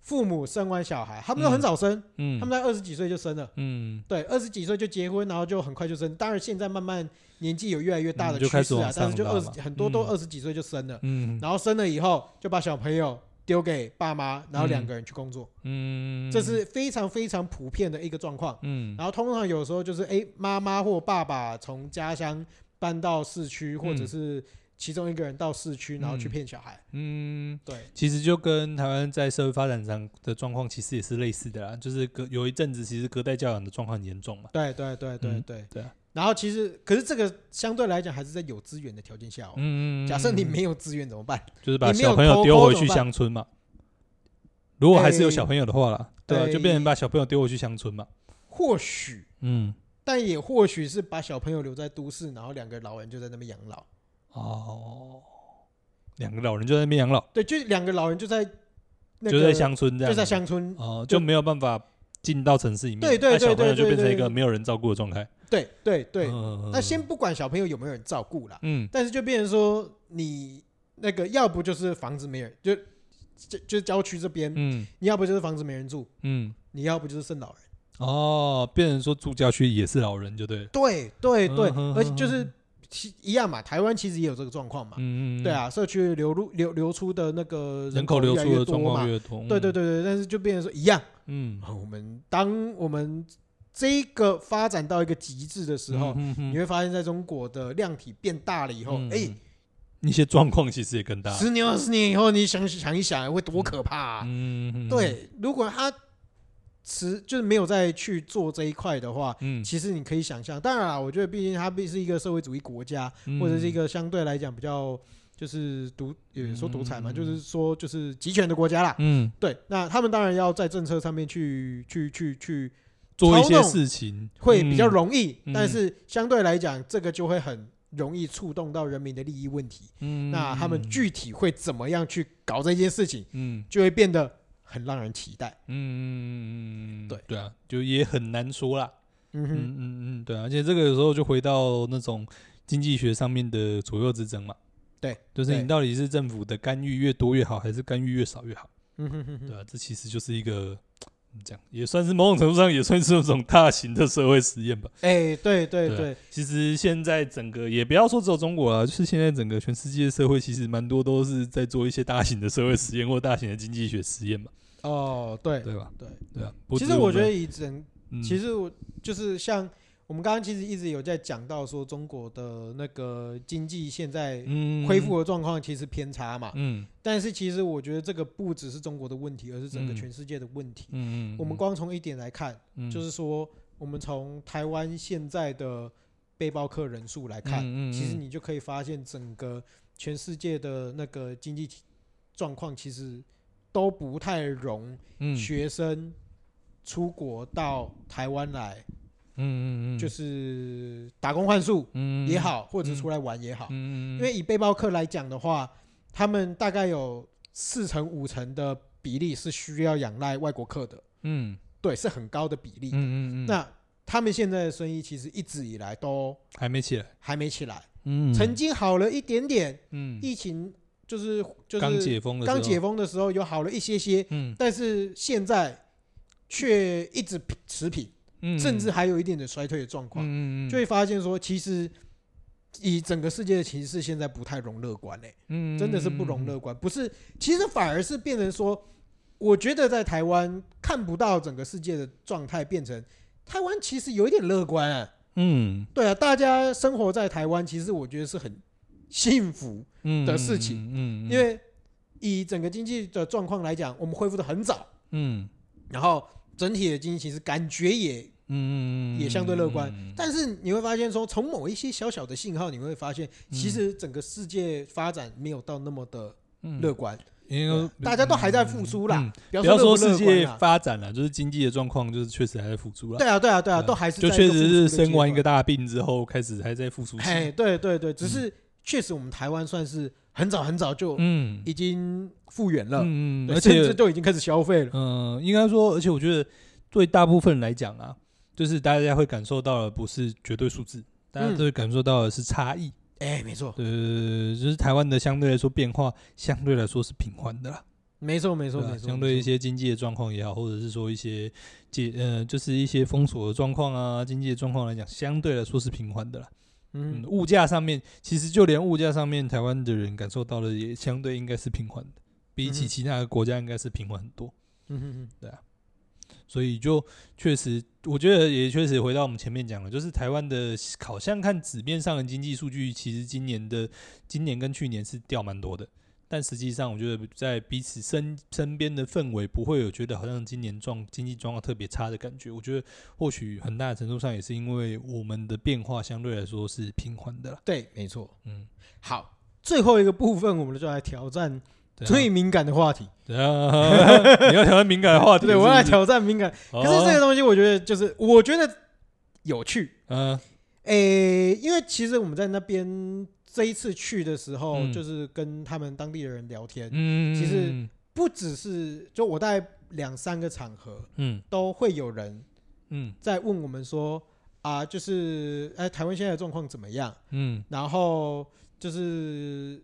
S1: 父母生完小孩，他们都很早生，
S2: 嗯，
S1: 他们在二十几岁就生了。
S2: 嗯
S1: 对，二十几岁就结婚，然后就很快就生。当然，现在慢慢年纪有越来越大的
S2: 嗯就
S1: 趋
S2: 开始
S1: 势啊
S2: 往，
S1: 但是
S2: 上
S1: 就
S2: 拉
S1: 二十
S2: 嘛
S1: 很多都
S2: 嗯
S1: 二十几岁就生了，
S2: 嗯
S1: 然后生了以后就把小朋友丢给爸妈，然后两个人去工作，
S2: 嗯，
S1: 这是非常非常普遍的一个状况。
S2: 嗯
S1: 然后通常有时候就是哎，妈妈或爸爸从家乡搬到市区，或者
S2: 嗯
S1: 是其中一个人到市区，然后去
S2: 嗯
S1: 骗小孩。
S2: 嗯，
S1: 对，
S2: 其实就跟台湾在社会发展上的状况其实也是类似的啦，就是隔有一阵子其实隔代教养的状况很严重嘛。
S1: 对，对，对，对，
S2: 嗯
S1: 对。
S2: 对啊，
S1: 然后其实，可是这个相对来讲还是在有资源的条件下、哦。
S2: 嗯
S1: 假设你没有资源怎么办？
S2: 就是
S1: 你
S2: 把
S1: 没
S2: 小
S1: 有
S2: 朋友
S1: 抠
S2: 丢
S1: 抠
S2: 回
S1: 怎
S2: 去
S1: 么办
S2: 乡村嘛。如果还是有
S1: 哎
S2: 小朋友的话啦，对啊，就变成
S1: 哎
S2: 把小朋友丢回去乡村嘛。
S1: 或许，
S2: 嗯，
S1: 但也或许是把小朋友留在都市，然后两个老人就在那边养老。
S2: 哦，两个老人就在那边养老，
S1: 对，就两个老人就在那个
S2: 就在乡村这样，
S1: 就在乡村。
S2: 哦，就没有办法进到城市里面，
S1: 对对
S2: 那小
S1: 对
S2: 朋友
S1: 对
S2: 就变
S1: 对
S2: 成一
S1: 对
S2: 个没有人照顾的状态。
S1: 对对对，
S2: 嗯，
S1: 那先不管小朋友有没有人照顾啦，
S2: 嗯
S1: 但是就变成说你那个要不就是房子没人，就就就郊区这边，
S2: 嗯
S1: 你要不就是房子没人住，
S2: 嗯，
S1: 你要不就是剩老人。
S2: 哦，变成说住郊区也是老人就对了，
S1: 对对对
S2: 嗯哼，
S1: 而且就是其一样嘛，台湾其实也有这个状况嘛。
S2: 嗯嗯，嗯
S1: 对，啊，社区流入流流出的那个
S2: 人口流
S1: 越来
S2: 出
S1: 越
S2: 的状
S1: 多嘛
S2: 况。越嗯多，
S1: 对对
S2: 对，
S1: 对对，但是就变成说一样，
S2: 嗯，
S1: 啊我们当我们这个发展到一个极致的时候，
S2: 嗯，嗯
S1: 你
S2: 嗯
S1: 会发现在中国的量体变大了以后，
S2: 嗯
S1: 哎，
S2: 一些状况其实也更大，
S1: 十年二十年以后，你想想一想，会多可怕啊！
S2: 嗯，嗯，
S1: 对，如果他持就是没有再去做这一块的话，
S2: 嗯，
S1: 其实你可以想象。当然啦，我觉得毕竟它毕是一个社会主义国家，
S2: 嗯
S1: 或者是一，个相对来讲比较就是独也说独裁嘛，
S2: 嗯
S1: 就是说就是集权的国家啦。
S2: 嗯，
S1: 对，那他们当然要在政策上面去去去去
S2: 做一
S1: 操
S2: 些
S1: 弄
S2: 事情
S1: 会比较
S2: 嗯
S1: 容易，
S2: 嗯
S1: 但是相对来讲，这个就会很容易触动到人民的利益问题。
S2: 嗯
S1: 那他们，具体会怎么样去搞这件事情，
S2: 嗯
S1: 就会变得很让人期待。
S2: 嗯嗯嗯嗯，嗯
S1: 对
S2: 对啊，就也很难说啦，
S1: 嗯哼，
S2: 嗯嗯嗯，对啊，而且这个有时候就回到那种经济学上面的左右之争嘛。
S1: 对，
S2: 就是
S1: 对
S2: 你到底是政府的干预越多越好，还是干预越少越好？
S1: 嗯哼哼哼
S2: 对啊，这其实就是一个怎么讲，也算是某种程度上也算是一种大型的社会实验吧。
S1: 哎，对对
S2: 对啊
S1: 对，
S2: 其实现在整个也不要说只有中国啊，就是现在整个全世界社会其实蛮多都是在做一些大型的社会实验或大型的经济学实验嘛，
S1: 哦，对
S2: 对吧？
S1: 对。
S2: 对啊，不
S1: 其
S2: 止
S1: 实我
S2: 们
S1: 觉得，以整
S2: 嗯
S1: 其实我就是像我们刚刚其实一直有在讲到说中国的那个经济现在
S2: 嗯
S1: 恢复，的状况其实偏差嘛，
S2: 嗯
S1: 但是其实我觉得这个不只是中国的问题，而是整个
S2: 嗯
S1: 全世界的问题。
S2: 嗯嗯，嗯
S1: 我们光从一点来看，
S2: 光
S1: 就是说我们从台湾现在的背包客人数来看，
S2: 嗯嗯嗯
S1: 其实你就可以发现整个全世界的那个经济体状况其实都不太容
S2: 嗯
S1: 学生出国到台湾来。
S2: 嗯嗯嗯，
S1: 就是打工换宿
S2: 嗯
S1: 也，好，或者出来玩也好。
S2: 嗯嗯，
S1: 因为以背包客来讲的话，他们大概有四成五成的比例是需要仰赖外国客的，
S2: 嗯
S1: 对，是很高的比例
S2: 嗯。嗯嗯，
S1: 那他们现在的生意其实一直以来都
S2: 还没起来，
S1: 还没起来，
S2: 嗯
S1: 曾经好了一点点，
S2: 嗯
S1: 疫情就是就
S2: 刚
S1: 是
S2: 解封的时候
S1: 刚解，封的时候有好了一些些，
S2: 嗯
S1: 但是现在却一直持平，
S2: 嗯，
S1: 甚至还有一点点衰退的状况。
S2: 嗯嗯
S1: 就会发现说，其实以整个世界的形势，现在不太容乐观嘞、
S2: 嗯
S1: 真的是不容乐观。不是，其实反而是变成说，我觉得在台湾看不到整个世界的状态，变成台湾其实有一点乐观啊。
S2: 嗯
S1: 对啊，大家生活在台湾，其实我觉得是很幸福，
S2: 嗯嗯，
S1: 因为以整个经济的状况来讲，我们恢复的很早，
S2: 嗯
S1: 然后整体的经济其实感觉也
S2: 嗯嗯
S1: 也相对乐观。但是你会发现说，从某一些小小的信号，你会发现，其实整个世界发展没有到那么的乐观，
S2: 因
S1: 对
S2: 为
S1: 啊大家都还在复苏啦。
S2: 嗯
S1: 不
S2: 不要
S1: 乐不
S2: 说世
S1: 乐
S2: 界
S1: 观啦，
S2: 发展了，就是经济的状况，就是确实还在复苏了。
S1: 对啊，对啊，对啊，
S2: 对啊
S1: 都还是
S2: 就
S1: 在
S2: 确
S1: 个复
S2: 实
S1: 苏的
S2: 是生完一
S1: 阶
S2: 个大病之后，开始还在复苏期
S1: 段，。哎，对对对，只是确实我们台湾算是很早很早就
S2: 嗯
S1: 已经复原了，
S2: 嗯，
S1: 对
S2: 而
S1: 甚至
S2: 且
S1: 都已经开始消费了。
S2: 嗯，应该说，而且我觉得对大部分人来讲啊，就是大家会感受到的不是绝对数
S1: 嗯
S2: 字，大家都会感受到的是差异。
S1: 哎，没错，
S2: 对对对对，就是台湾的相对来说变化，相对来说是平缓的啦。
S1: 没错，没错，
S2: 对啊
S1: 没错。
S2: 相对
S1: 没
S2: 一
S1: 错，
S2: 些经济的状况也好，或者是说一些解呃，就是一些封锁的状况啊，经济的状况来讲，相对来说是平缓的啦。嗯
S1: 嗯，，
S2: 物价上面其实就连物价上面，台湾的人感受到的也相对应该是平缓的，比
S1: 嗯
S2: 起
S1: 哼
S2: 其他的国家应该是平缓很多。
S1: 嗯哼哼
S2: 所以就确实，我觉得也确实回到我们前面讲了，就是台湾的好像看纸面上的经济数据，其实今年的今年跟去年是掉蛮多的，但实际上我觉得在彼此身身边的氛围不会有觉得好像今年状经济状况特别差的感觉。我觉得或许很大程度上也是因为我们的变化相对来说是平缓的啦。
S1: 对，没错。
S2: 嗯，
S1: 好，最后一个部分，我们就来挑战
S2: 对啊
S1: 最敏感的话题。
S2: 对啊， 你要挑战敏感的话题，
S1: 对，我要来。挑战敏感。
S2: 可
S1: 可是这个东西，我觉得就是我觉得有趣，
S2: 嗯
S1: 诶、因为其实我们在那边这一次去的时候，
S2: 嗯
S1: 就是跟他们当地的人聊天，
S2: 嗯，
S1: 其实不只是就我大概两三个场合
S2: 嗯
S1: 都会有人
S2: 嗯
S1: 在问我们说啊，就是哎、台湾现在的状况怎么样？
S2: 嗯
S1: 然后就是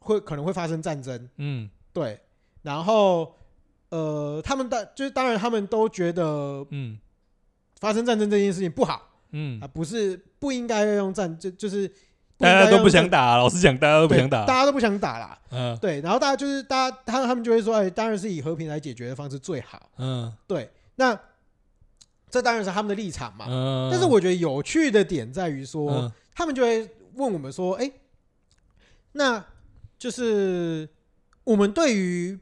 S1: 会可能会发生战争，
S2: 嗯
S1: 对，然后呃，他们当就是当然他们都觉得
S2: 嗯
S1: 发生战争这件事情不好
S2: 嗯
S1: 啊，，不是不应该要用战，就就是不
S2: 大
S1: 应该要
S2: 家都不
S1: 用战
S2: 想打，老实讲，大家都不
S1: 对
S2: 想打
S1: 大。家都不想打啦，
S2: 嗯
S1: 对，然后大家就是大家他他们就会说，哎，当然是以和平来解决的方式最好，
S2: 嗯
S1: 对，那这当然是他们的立场嘛，
S2: 嗯，
S1: 但是我觉得有趣的点在于说，
S2: 嗯
S1: 他们就会问我们说：“哎、那就是我们对于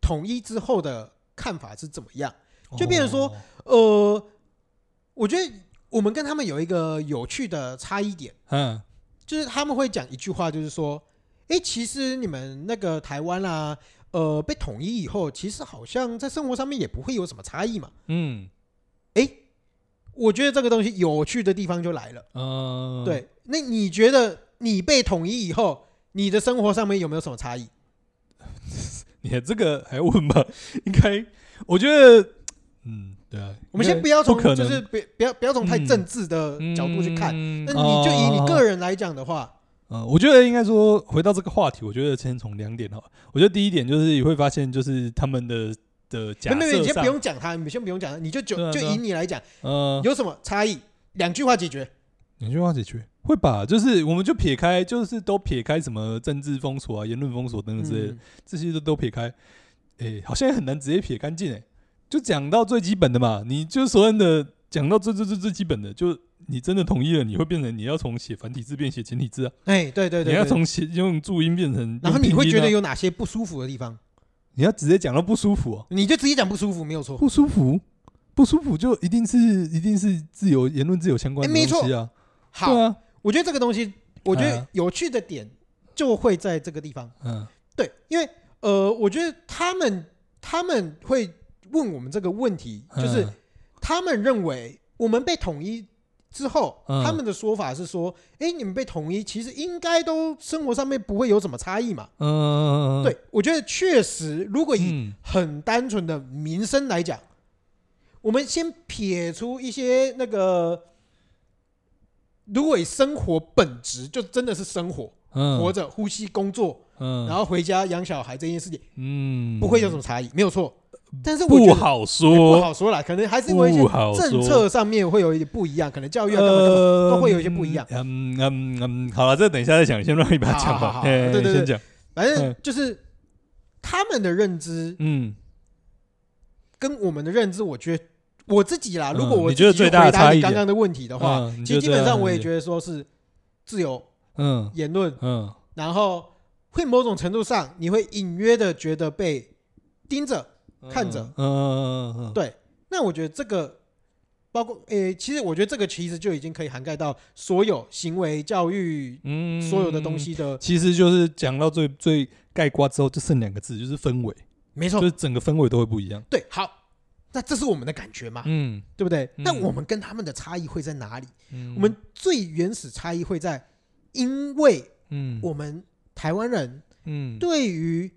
S1: 统一之后的看法是怎么样就变成说
S2: 哦，？”
S1: 呃，我觉得我们跟他们有一个有趣的差异点，
S2: 嗯
S1: 就是他们会讲一句话，就是说：“哎、其实你们那个台湾啦、呃，被统一以后，其实好像在生活上面也不会有什么差异嘛。
S2: 嗯”
S1: 我觉得这个东西有趣的地方就来了。
S2: 嗯，
S1: 对，那你觉得你被统一以后，你的生活上面有没有什么差异？
S2: 你看这个还问吗？ 应该，我觉得，嗯，对啊，
S1: 我们先
S2: 应
S1: 不
S2: 该
S1: 要从
S2: 不可能
S1: 就是不不要不要从太
S2: 嗯
S1: 政治的角度去看，
S2: 嗯
S1: 那你就以你个
S2: 人，
S1: 人来讲的话，
S2: 嗯，我觉得应该说回到这个话题，我觉得先从两点哈。我觉得第一点就是你会发现，就是他们的的假
S1: 没没没，
S2: 设
S1: 你先
S2: 上
S1: 不，用讲他，你先不用讲他，你就就
S2: 对啊
S1: 就
S2: 对啊
S1: 以你来讲，
S2: 呃，
S1: 有什么差异？两句话解决。
S2: 两句话解决会吧？就是我们就撇开，就是都撇开什么政治封锁啊、言论封锁等等之类的，
S1: 嗯
S2: 这些都都撇开，诶、好像也很难直接撇干净诶。就讲到最基本的嘛，你就所谓的讲到最最最最基本的，就你真的同意了，你会变成你要从写繁体字变写简体字啊，
S1: 哎，对对
S2: 你
S1: 对
S2: 要
S1: 对。
S2: 从写用注音变成、
S1: 然后你会觉得
S2: 有，
S1: 有哪些不舒服的地方？
S2: 啊你要直接讲到不舒服哦、
S1: 你就直接讲不舒服，没有错。
S2: 不舒服，不舒服就一定是一定是自由言论自由相关的
S1: 诶没错
S2: 东西啊，
S1: 好
S2: 对，啊，
S1: 我觉得这个东西，我觉得
S2: 嗯
S1: 有趣的点就会在这个地方。
S2: 嗯
S1: 对，因为呃，我觉得他们他们会问我们这个问题，就是
S2: 嗯
S1: 他们认为我们被统一之后，
S2: 嗯
S1: 他们的说法是说，哎，你们被统一，其实应该都生活上面不会有什么差异嘛。
S2: 嗯，
S1: 对，我觉得确实，如果以
S2: 嗯
S1: 很单纯的民生来讲，我们先撇除一些那个。如果以生活本质就真的是生活，
S2: 嗯，
S1: 活着、呼吸、工作，
S2: 嗯，
S1: 然后回家养小孩这件事情，
S2: 嗯
S1: 不会有什么差异，没有错。但是我觉
S2: 不
S1: 得
S2: 好
S1: 也
S2: 说，
S1: 不好说啦，可能还是因为一些
S2: 不好说
S1: 政策上面会有一点不一样，可能教育啊干嘛干嘛。
S2: 呃
S1: 都会有一些不一样
S2: 嗯嗯嗯，好了，这等一下再讲，先让你把它
S1: 好
S2: 讲
S1: 好好
S2: 完。嘿
S1: 对对对
S2: 先讲。
S1: 反正
S2: 嗯
S1: 就是他们的认知
S2: 嗯，
S1: 跟我们的认知，我觉得我自己啦，
S2: 嗯
S1: 如果我
S2: 你觉得
S1: 自己去
S2: 最大的
S1: 回答
S2: 差
S1: 你
S2: 异
S1: 刚
S2: 点
S1: 刚的问题的话，
S2: 嗯你
S1: 其实
S2: 觉得
S1: 基本
S2: 最大
S1: 上
S2: 的
S1: 我也
S2: 差异
S1: 觉得说是自由
S2: 嗯
S1: 言论，
S2: 嗯
S1: 然后会某种程度上你会隐约的觉得被盯着。
S2: 嗯，
S1: 看着
S2: 嗯，嗯嗯嗯，
S1: 对那我觉得这个。包括诶、其实我觉得这个其实就已经可以涵盖到所有行为教育
S2: 嗯
S1: 所有的东，西的，
S2: 其实就是讲到最最概括之后，就剩两个字，就是氛围，
S1: 没错
S2: 就，是整个氛围都会不一样。
S1: 对，好，那这是我们的感觉嘛，
S2: 嗯，
S1: 对不对？
S2: 嗯
S1: 那我们跟他们的差异会在哪里？
S2: 嗯
S1: 我们最原始差异会在，因为
S2: 嗯
S1: 我们台湾人
S2: 嗯
S1: 对于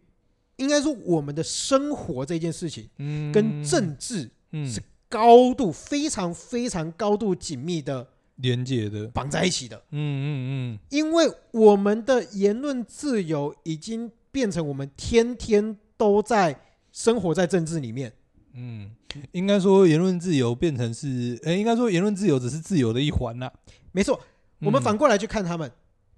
S1: 应该说我们的生活这件事情
S2: 嗯
S1: 跟政治
S2: 嗯
S1: 是高度非常非常高度紧密的
S2: 连接的，
S1: 绑在一起的，
S2: 嗯嗯
S1: 因为我们的言论自由已经变成我们天天都在生活在政治里面。
S2: 嗯嗯，应该说言论自由变成是，哎，应该说言论自由只是自由的一环啦。
S1: 没错，我们
S2: 嗯
S1: 反过来去看他们。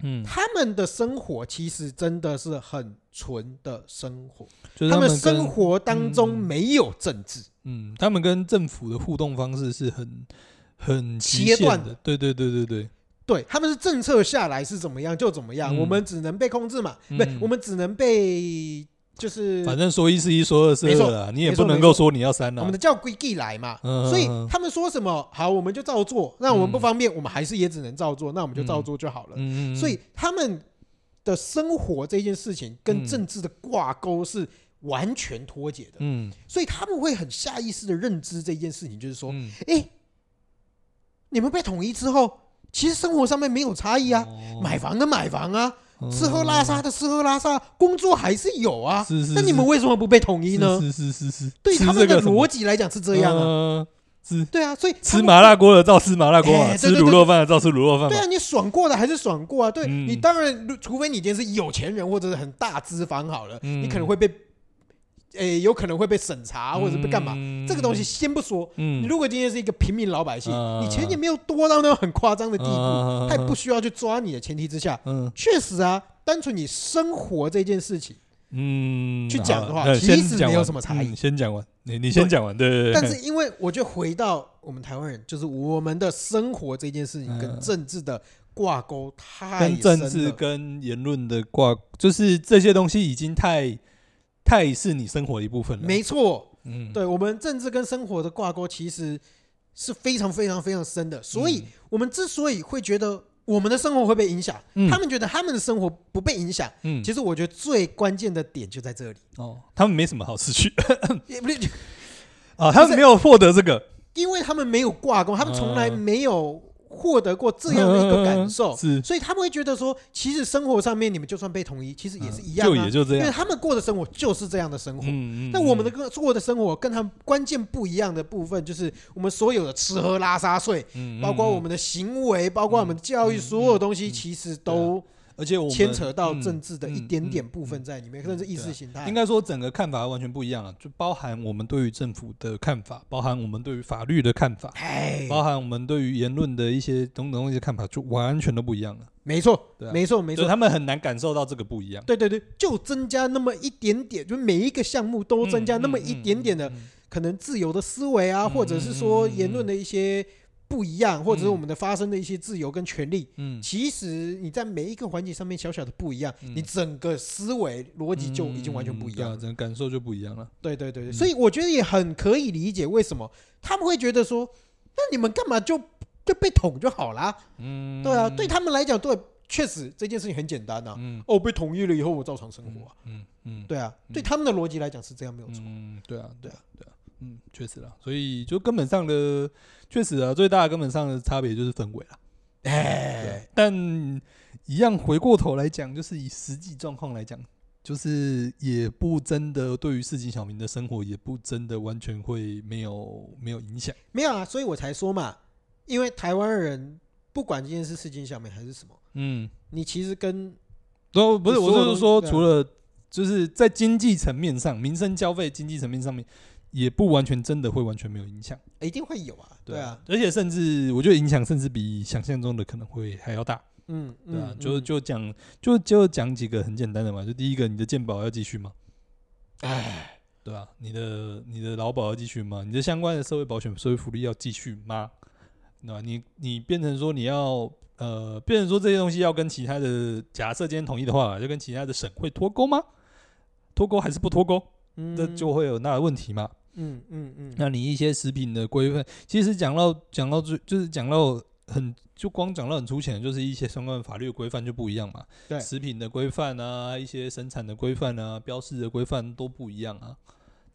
S2: 嗯，
S1: 他们的生活其实真的是很纯的生活，
S2: 就是
S1: 他们
S2: 跟
S1: 生活当中
S2: 嗯
S1: 没有政治，
S2: 嗯，他们跟政府的互动方式是很很极
S1: 切
S2: 限
S1: 断
S2: 的
S1: 的，
S2: 对对对对对，
S1: 对，他们是政策下来是怎么样就怎么样，
S2: 嗯
S1: 我们只能被控制嘛，
S2: 嗯
S1: 不、我们只能被就是
S2: 反正说一是一，说二是
S1: 没错
S2: 二啦，你也
S1: 没错
S2: 不能
S1: 没
S2: 够
S1: 错
S2: 说你要删
S1: 我
S2: 啦
S1: 们。的教规矩来嘛，
S2: 嗯
S1: 所以
S2: 嗯嗯
S1: 他们说什么好我们就照做，那我们
S2: 嗯
S1: 不方便，我们还是也只能照做，那我们就照做就好了。
S2: 嗯，嗯
S1: 所以他们的生活这件事情跟
S2: 嗯
S1: 政治的挂钩是完全脱节的，
S2: 嗯
S1: 所以他们会很下意识的认知这件事情，就是说。
S2: 嗯，
S1: 哎、你们被统一之后，其实生活上面没有差异啊，
S2: 哦
S1: 买房的买房啊，
S2: 嗯
S1: 吃喝拉撒的吃喝拉撒，工作还是有啊。
S2: 是是，
S1: 那你们
S2: 是
S1: 为什么不被统一呢？
S2: 是是是是，
S1: 对
S2: 是
S1: 他们
S2: 这
S1: 的
S2: 个什么
S1: 逻辑来讲是这样啊，
S2: 嗯吃
S1: 对啊，所以他
S2: 吃
S1: 们
S2: 麻辣锅的照吃麻辣锅 嘛，
S1: 哎对
S2: 吃
S1: 对
S2: 卤
S1: 对
S2: 肉饭的照吃卤肉饭
S1: 对
S2: 嘛。
S1: 啊，你爽过的还是爽过啊。对、
S2: 嗯
S1: 你当然，如除非你今天是有钱人或者是很大资方好了，
S2: 嗯
S1: 你可能会被，诶、有可能会被审查啊或者是被干嘛。
S2: 嗯
S1: 这个东西，先不说，
S2: 嗯
S1: 你如果今天是一个平民老百姓，
S2: 嗯
S1: 你钱也没有多到那种很夸张的地步，
S2: 嗯
S1: 他也不需要去抓你的前提之下，
S2: 嗯
S1: 确实啊，单纯你生活这件事情，
S2: 嗯
S1: 去讲的话
S2: 好呃
S1: 其
S2: 先
S1: 实
S2: 讲
S1: 没有
S2: 完
S1: 什么差异
S2: 嗯先讲完，你你先
S1: 对
S2: 讲完，对对对。
S1: 但是因为我就回到我们台湾人，就是我们的生活这件事情跟
S2: 嗯
S1: 政治的挂钩太
S2: 跟政
S1: 深
S2: 治
S1: 了
S2: 跟言论的挂，就是这些东西已经太太是你生活的一部分了。
S1: 没错，
S2: 嗯，
S1: 对我们政治跟生活的挂钩其实是非常非常非常深的，所以我们之所以会觉得我们的生活会被影响，
S2: 嗯
S1: 他们觉得他们的生活不被影响。
S2: 嗯，
S1: 其实我觉得最关键的点就在这里，
S2: 哦，他们没什么好失去
S1: 也不是，
S2: 啊，他们没有获得这个
S1: 因为他们没有挂钩，他们从来没有获得过这样的一个感受
S2: 嗯，是
S1: 所以他们会觉得说，其实生活上面你们就算被统一，其实也是一样、啊，
S2: 就也就这
S1: 因为
S2: 样。
S1: 他们过的生活就是这样的生活。
S2: 嗯嗯，
S1: 那我们的跟过的生活跟他们关键不一样的部分，就是我们所有的吃喝拉撒睡，
S2: 嗯，嗯
S1: 包括我，们的行为，包括我们的教育，
S2: 嗯
S1: 所有东西其实都
S2: 嗯而且我们
S1: 牵扯到
S2: 嗯
S1: 政治的一点点部分在里面，
S2: 嗯
S1: 甚至意识形态。
S2: 应该说整个看法完全不一样了，就包含我们对于政府的看法，包含我们对于法律的看法，
S1: 哎，
S2: 包含我们对于言论的一些等等东西的看法，就完全都不一样了。
S1: 没错
S2: 对，啊
S1: 没错，没
S2: 就
S1: 错，
S2: 他们很难感受到这个不一样。
S1: 对对对，就增加那么一点点，就每一个项目都增加那么一点点的
S2: 嗯，嗯嗯嗯
S1: 可能自由的思维啊，
S2: 嗯
S1: 或者是说
S2: 嗯嗯嗯
S1: 言论的一些不一样，或者是我们的发生的一些自由跟权利。
S2: 嗯，
S1: 其实你在每一个环节上面小小的不一样，
S2: 嗯
S1: 你整个思维逻辑就已经完全不一样
S2: 了，
S1: 了。
S2: 啊整个感受就不一样了。
S1: 对对对对，
S2: 嗯
S1: 所以我觉得也很可以理解为什么他们会觉得说，那你们干嘛就就被捅就好啦？
S2: 嗯
S1: 对啊，对，他们来讲，对，确实这件事情很简单呐、啊。
S2: 嗯
S1: 哦，被统一了以后，我照常生活啊。
S2: 嗯嗯，
S1: 对啊，
S2: 嗯
S1: 对他们的逻辑来讲是这样没有错。
S2: 嗯，对啊，对
S1: 对
S2: 啊，对啊，嗯，确实啦，所以就根本上的确实啊，最大的根本上的差别就是氛围啦。对啊
S1: 哎，
S2: 但一样回过头来讲，就是以实际状况来讲，就是也不真的对于市井小民的生活，也不真的完全会没有没有影响。
S1: 没有啊，所以我才说嘛，因为台湾人不管这件事事情小美还是什么，
S2: 嗯，
S1: 你其实跟
S2: 都不是，
S1: 你所有
S2: 我
S1: 东
S2: 是
S1: 西
S2: 说，
S1: 对啊
S2: 除了就是在经济层面上，民生消费经济层面上面，也不完全真的会完全没有影响。
S1: 一定会有啊。对啊，，
S2: 而且甚至我觉得影响甚至比想象中的可能会还要大，
S1: 嗯，
S2: 对啊，
S1: 嗯
S2: 就
S1: 嗯
S2: 就讲就就讲几个很简单的嘛，就第一个，你的健保要继续吗？
S1: 哎，
S2: 对啊，你的你的劳保要继续吗？你的相关的社会保险、社会福利要继续吗？那你你变成说你要呃，变成说这些东西要跟其他的假设今天同意的话，就跟其他的省会脱钩吗？脱钩还是不脱钩？
S1: 嗯
S2: 这就会有那问题嘛。
S1: 嗯嗯嗯，
S2: 那你一些食品的规范，其实讲到讲到最就是讲到很就光讲到很粗浅，就是一些相关的法律的规范就不一样嘛。
S1: 对
S2: 食品的规范啊，一些生产的规范啊，标示的规范都不一样啊。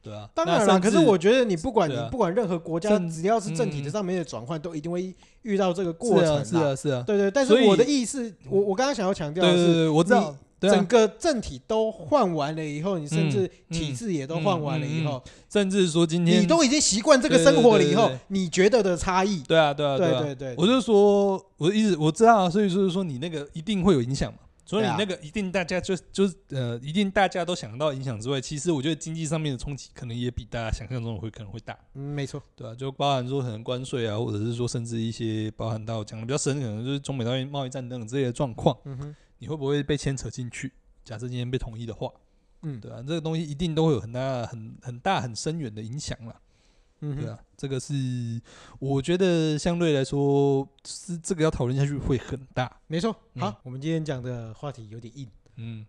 S2: 对啊，
S1: 当
S2: 那
S1: 然了，
S2: 甚
S1: 可是
S2: 至
S1: 我觉得你不管你
S2: 对啊
S1: 不管任何国家，
S2: 政
S1: 只要是政体
S2: 嗯
S1: 的上面的转换，都一定会遇到这个过程啦
S2: 是啊是啊是啊，
S1: 对对，但是
S2: 所以嗯
S1: 我的意思，我我刚刚想要强调
S2: 对
S1: 的
S2: 对对
S1: 啊是，
S2: 对，我知道，对
S1: 整
S2: 啊，
S1: 个政体都换完了以后，你甚至
S2: 嗯
S1: 体制也都换完了以后，
S2: 甚至说今天
S1: 你都已经习惯这个生活了以后
S2: 对对对对对，
S1: 你觉得的差异，
S2: 对啊对啊
S1: 对
S2: 啊，
S1: 对对，
S2: 我就说我的意思我知道啊，所以就是说你那个一定会有影响嘛。所以
S1: 对
S2: 你
S1: 啊
S2: 那个一定大家就就是呃，一定大家都想到影响之外，其实我觉得经济上面的冲击可能也比大家想象中的会可能会大，
S1: 嗯没错，
S2: 对啊，就包含说可能关税啊，或者是说甚至一些包含到讲的比较深，可能就是中美贸易贸易战等等这些状况，
S1: 嗯哼，
S2: 你会不会被牵扯进去？假设今天被统一的话，
S1: 嗯
S2: 对啊，这个东西一定都会有很大、很很大、很深远的影响啦。
S1: 嗯
S2: 对
S1: 哼，
S2: 啊，这个是我觉得相对来说是这个要讨论下去会很大，
S1: 没错。
S2: 嗯
S1: 好，我们今天讲的话题有点硬，
S2: 嗯，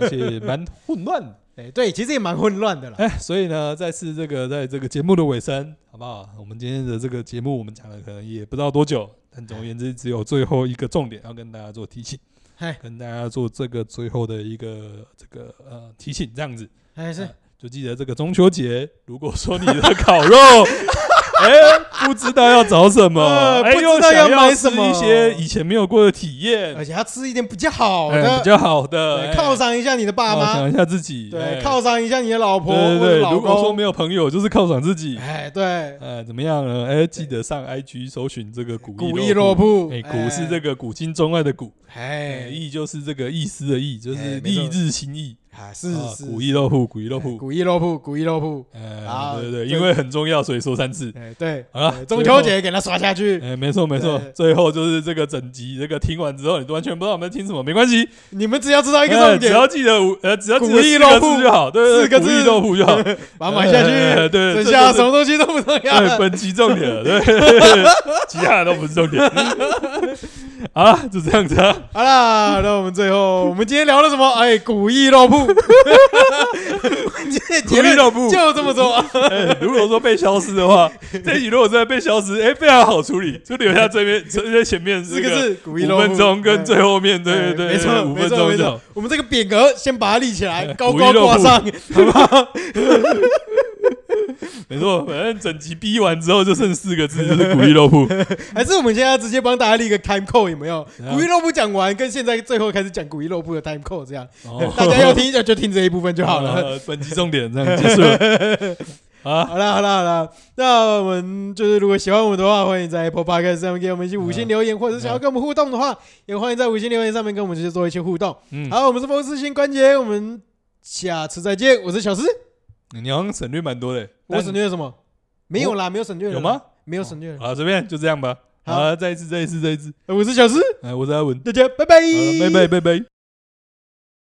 S2: 而且 蛮混乱的。
S1: 哎，对，其实也蛮混乱的啦。
S2: 哎，所以呢，再次这个在这个节目的尾声，好不好？我们今天的这个节目，我们讲了可能也不知道多久，但总而言之，只有最后一个重点要跟大家做提醒，
S1: 嗨，
S2: 跟大家做这个最后的一个这个呃提醒，这样子。
S1: 哎还是
S2: 啊就记得这个中秋节，如果说你的烤肉，哎、哎，不知道要找什么，
S1: 呃
S2: 哎
S1: 不知
S2: 又
S1: 道要
S2: 想
S1: 买
S2: 吃
S1: 什么
S2: 一些以前没有过的体验，
S1: 而且要吃一点比较好
S2: 哎
S1: 的
S2: 比，较好的，
S1: 对
S2: 哎
S1: 犒赏一下你的爸
S2: 犒
S1: 妈
S2: 赏，一下自己，
S1: 对，
S2: 哎
S1: 犒赏一下你的老婆
S2: 对对
S1: 或者
S2: 对，
S1: 老
S2: 如果说
S1: 公
S2: 没，有朋友，就是犒赏自己。
S1: 哎，对，
S2: 呃，怎么样呢？哎，记得上 IG 搜寻这个古
S1: 古
S2: 意
S1: 意落
S2: 落铺。
S1: 铺，
S2: 哎，古是这
S1: 个，
S2: 个古今中外的古，哎，
S1: 哎，
S2: 意就是这个意思的意，就
S1: 哎
S2: 是
S1: 没错
S2: 励志心意。
S1: 啊，是
S2: 啊
S1: 是
S2: 古意肉铺，古意肉
S1: 哎
S2: 铺。
S1: 古意落铺，古意落铺，
S2: 呃，
S1: 好
S2: 对对对，
S1: 这
S2: 因为很重要，所以说三次。
S1: 哎，对，
S2: 好了
S1: 对
S2: 最后
S1: 中秋节给他刷下去，
S2: 哎，没错没错
S1: 对，
S2: 最后就是这个整集，这个听完之后，你完全不知道我们在听什么，没关系，
S1: 你们只要知道一个
S2: 哎
S1: 重
S2: 只
S1: 点，
S2: 要记得五呃，只要记
S1: 古
S2: 得
S1: 意
S2: 四
S1: 肉
S2: 个
S1: 铺
S2: 字就好，对对
S1: 四个
S2: 对，古意
S1: 字
S2: 肉铺 就好，
S1: 把它买下
S2: 哎
S1: 去，
S2: 对，
S1: 剩
S2: 这
S1: 下
S2: 就是
S1: 什么东西都不重要
S2: 对，
S1: 了。
S2: 哎本集重点了，对，其他的都不是重点。 好了，就这样子啊。
S1: 好啦，那我们最后，我们今天聊了什么？哎，古意肉铺， 今天结论
S2: 肉铺
S1: 就这么说。
S2: 哎如果说被消失 的话，这一集如果真的被消失，哎，非常好处理，就留下这边 这这前面
S1: 这
S2: 这
S1: 个
S2: 个
S1: 是古意
S2: 五
S1: 肉铺，哎
S2: 分钟跟最后面，对对对，
S1: 没错，
S2: 五
S1: 没
S2: 分
S1: 错，
S2: 钟
S1: 没
S2: 就
S1: 错
S2: 好。。
S1: 我们这个匾额先把它立起来，高
S2: 古
S1: 高
S2: 意肉
S1: 挂
S2: 铺
S1: 上， 好不好？
S2: 没错，反正整集逼完之后就剩四个字，就是古意肉 铺。
S1: 还是我们现在直接帮大家立一个 time code 有没有？
S2: 怎样
S1: 古意肉铺讲完，跟现在最后开始讲古意肉铺的 time code 这样，
S2: 哦
S1: 大家要听就就听这一部分就好了。，
S2: 本集重点这样结 束了。啊，
S1: 好啦好啦好啦，那我们就是如果喜欢我们的话，欢迎在 Apple Podcast 上面给我们一些五星留言，或者想要跟我们互动的话，也欢迎在五星留言上面跟我们去做一些互动。
S2: 嗯，
S1: 好，我们是风湿性关节，我们下次再见。我是小诗，
S2: 你好像省略蛮多的，
S1: 我省略什么？没有啦，没有省略了
S2: 嗯有吗？？
S1: 没有省略了。
S2: 啊，随便就这样吧。
S1: 好
S2: 好，再一次，再一次，再一次。
S1: 我是小诗，
S2: 哎，我是阿文，
S1: 大家拜拜
S2: 好了，，拜拜，拜拜。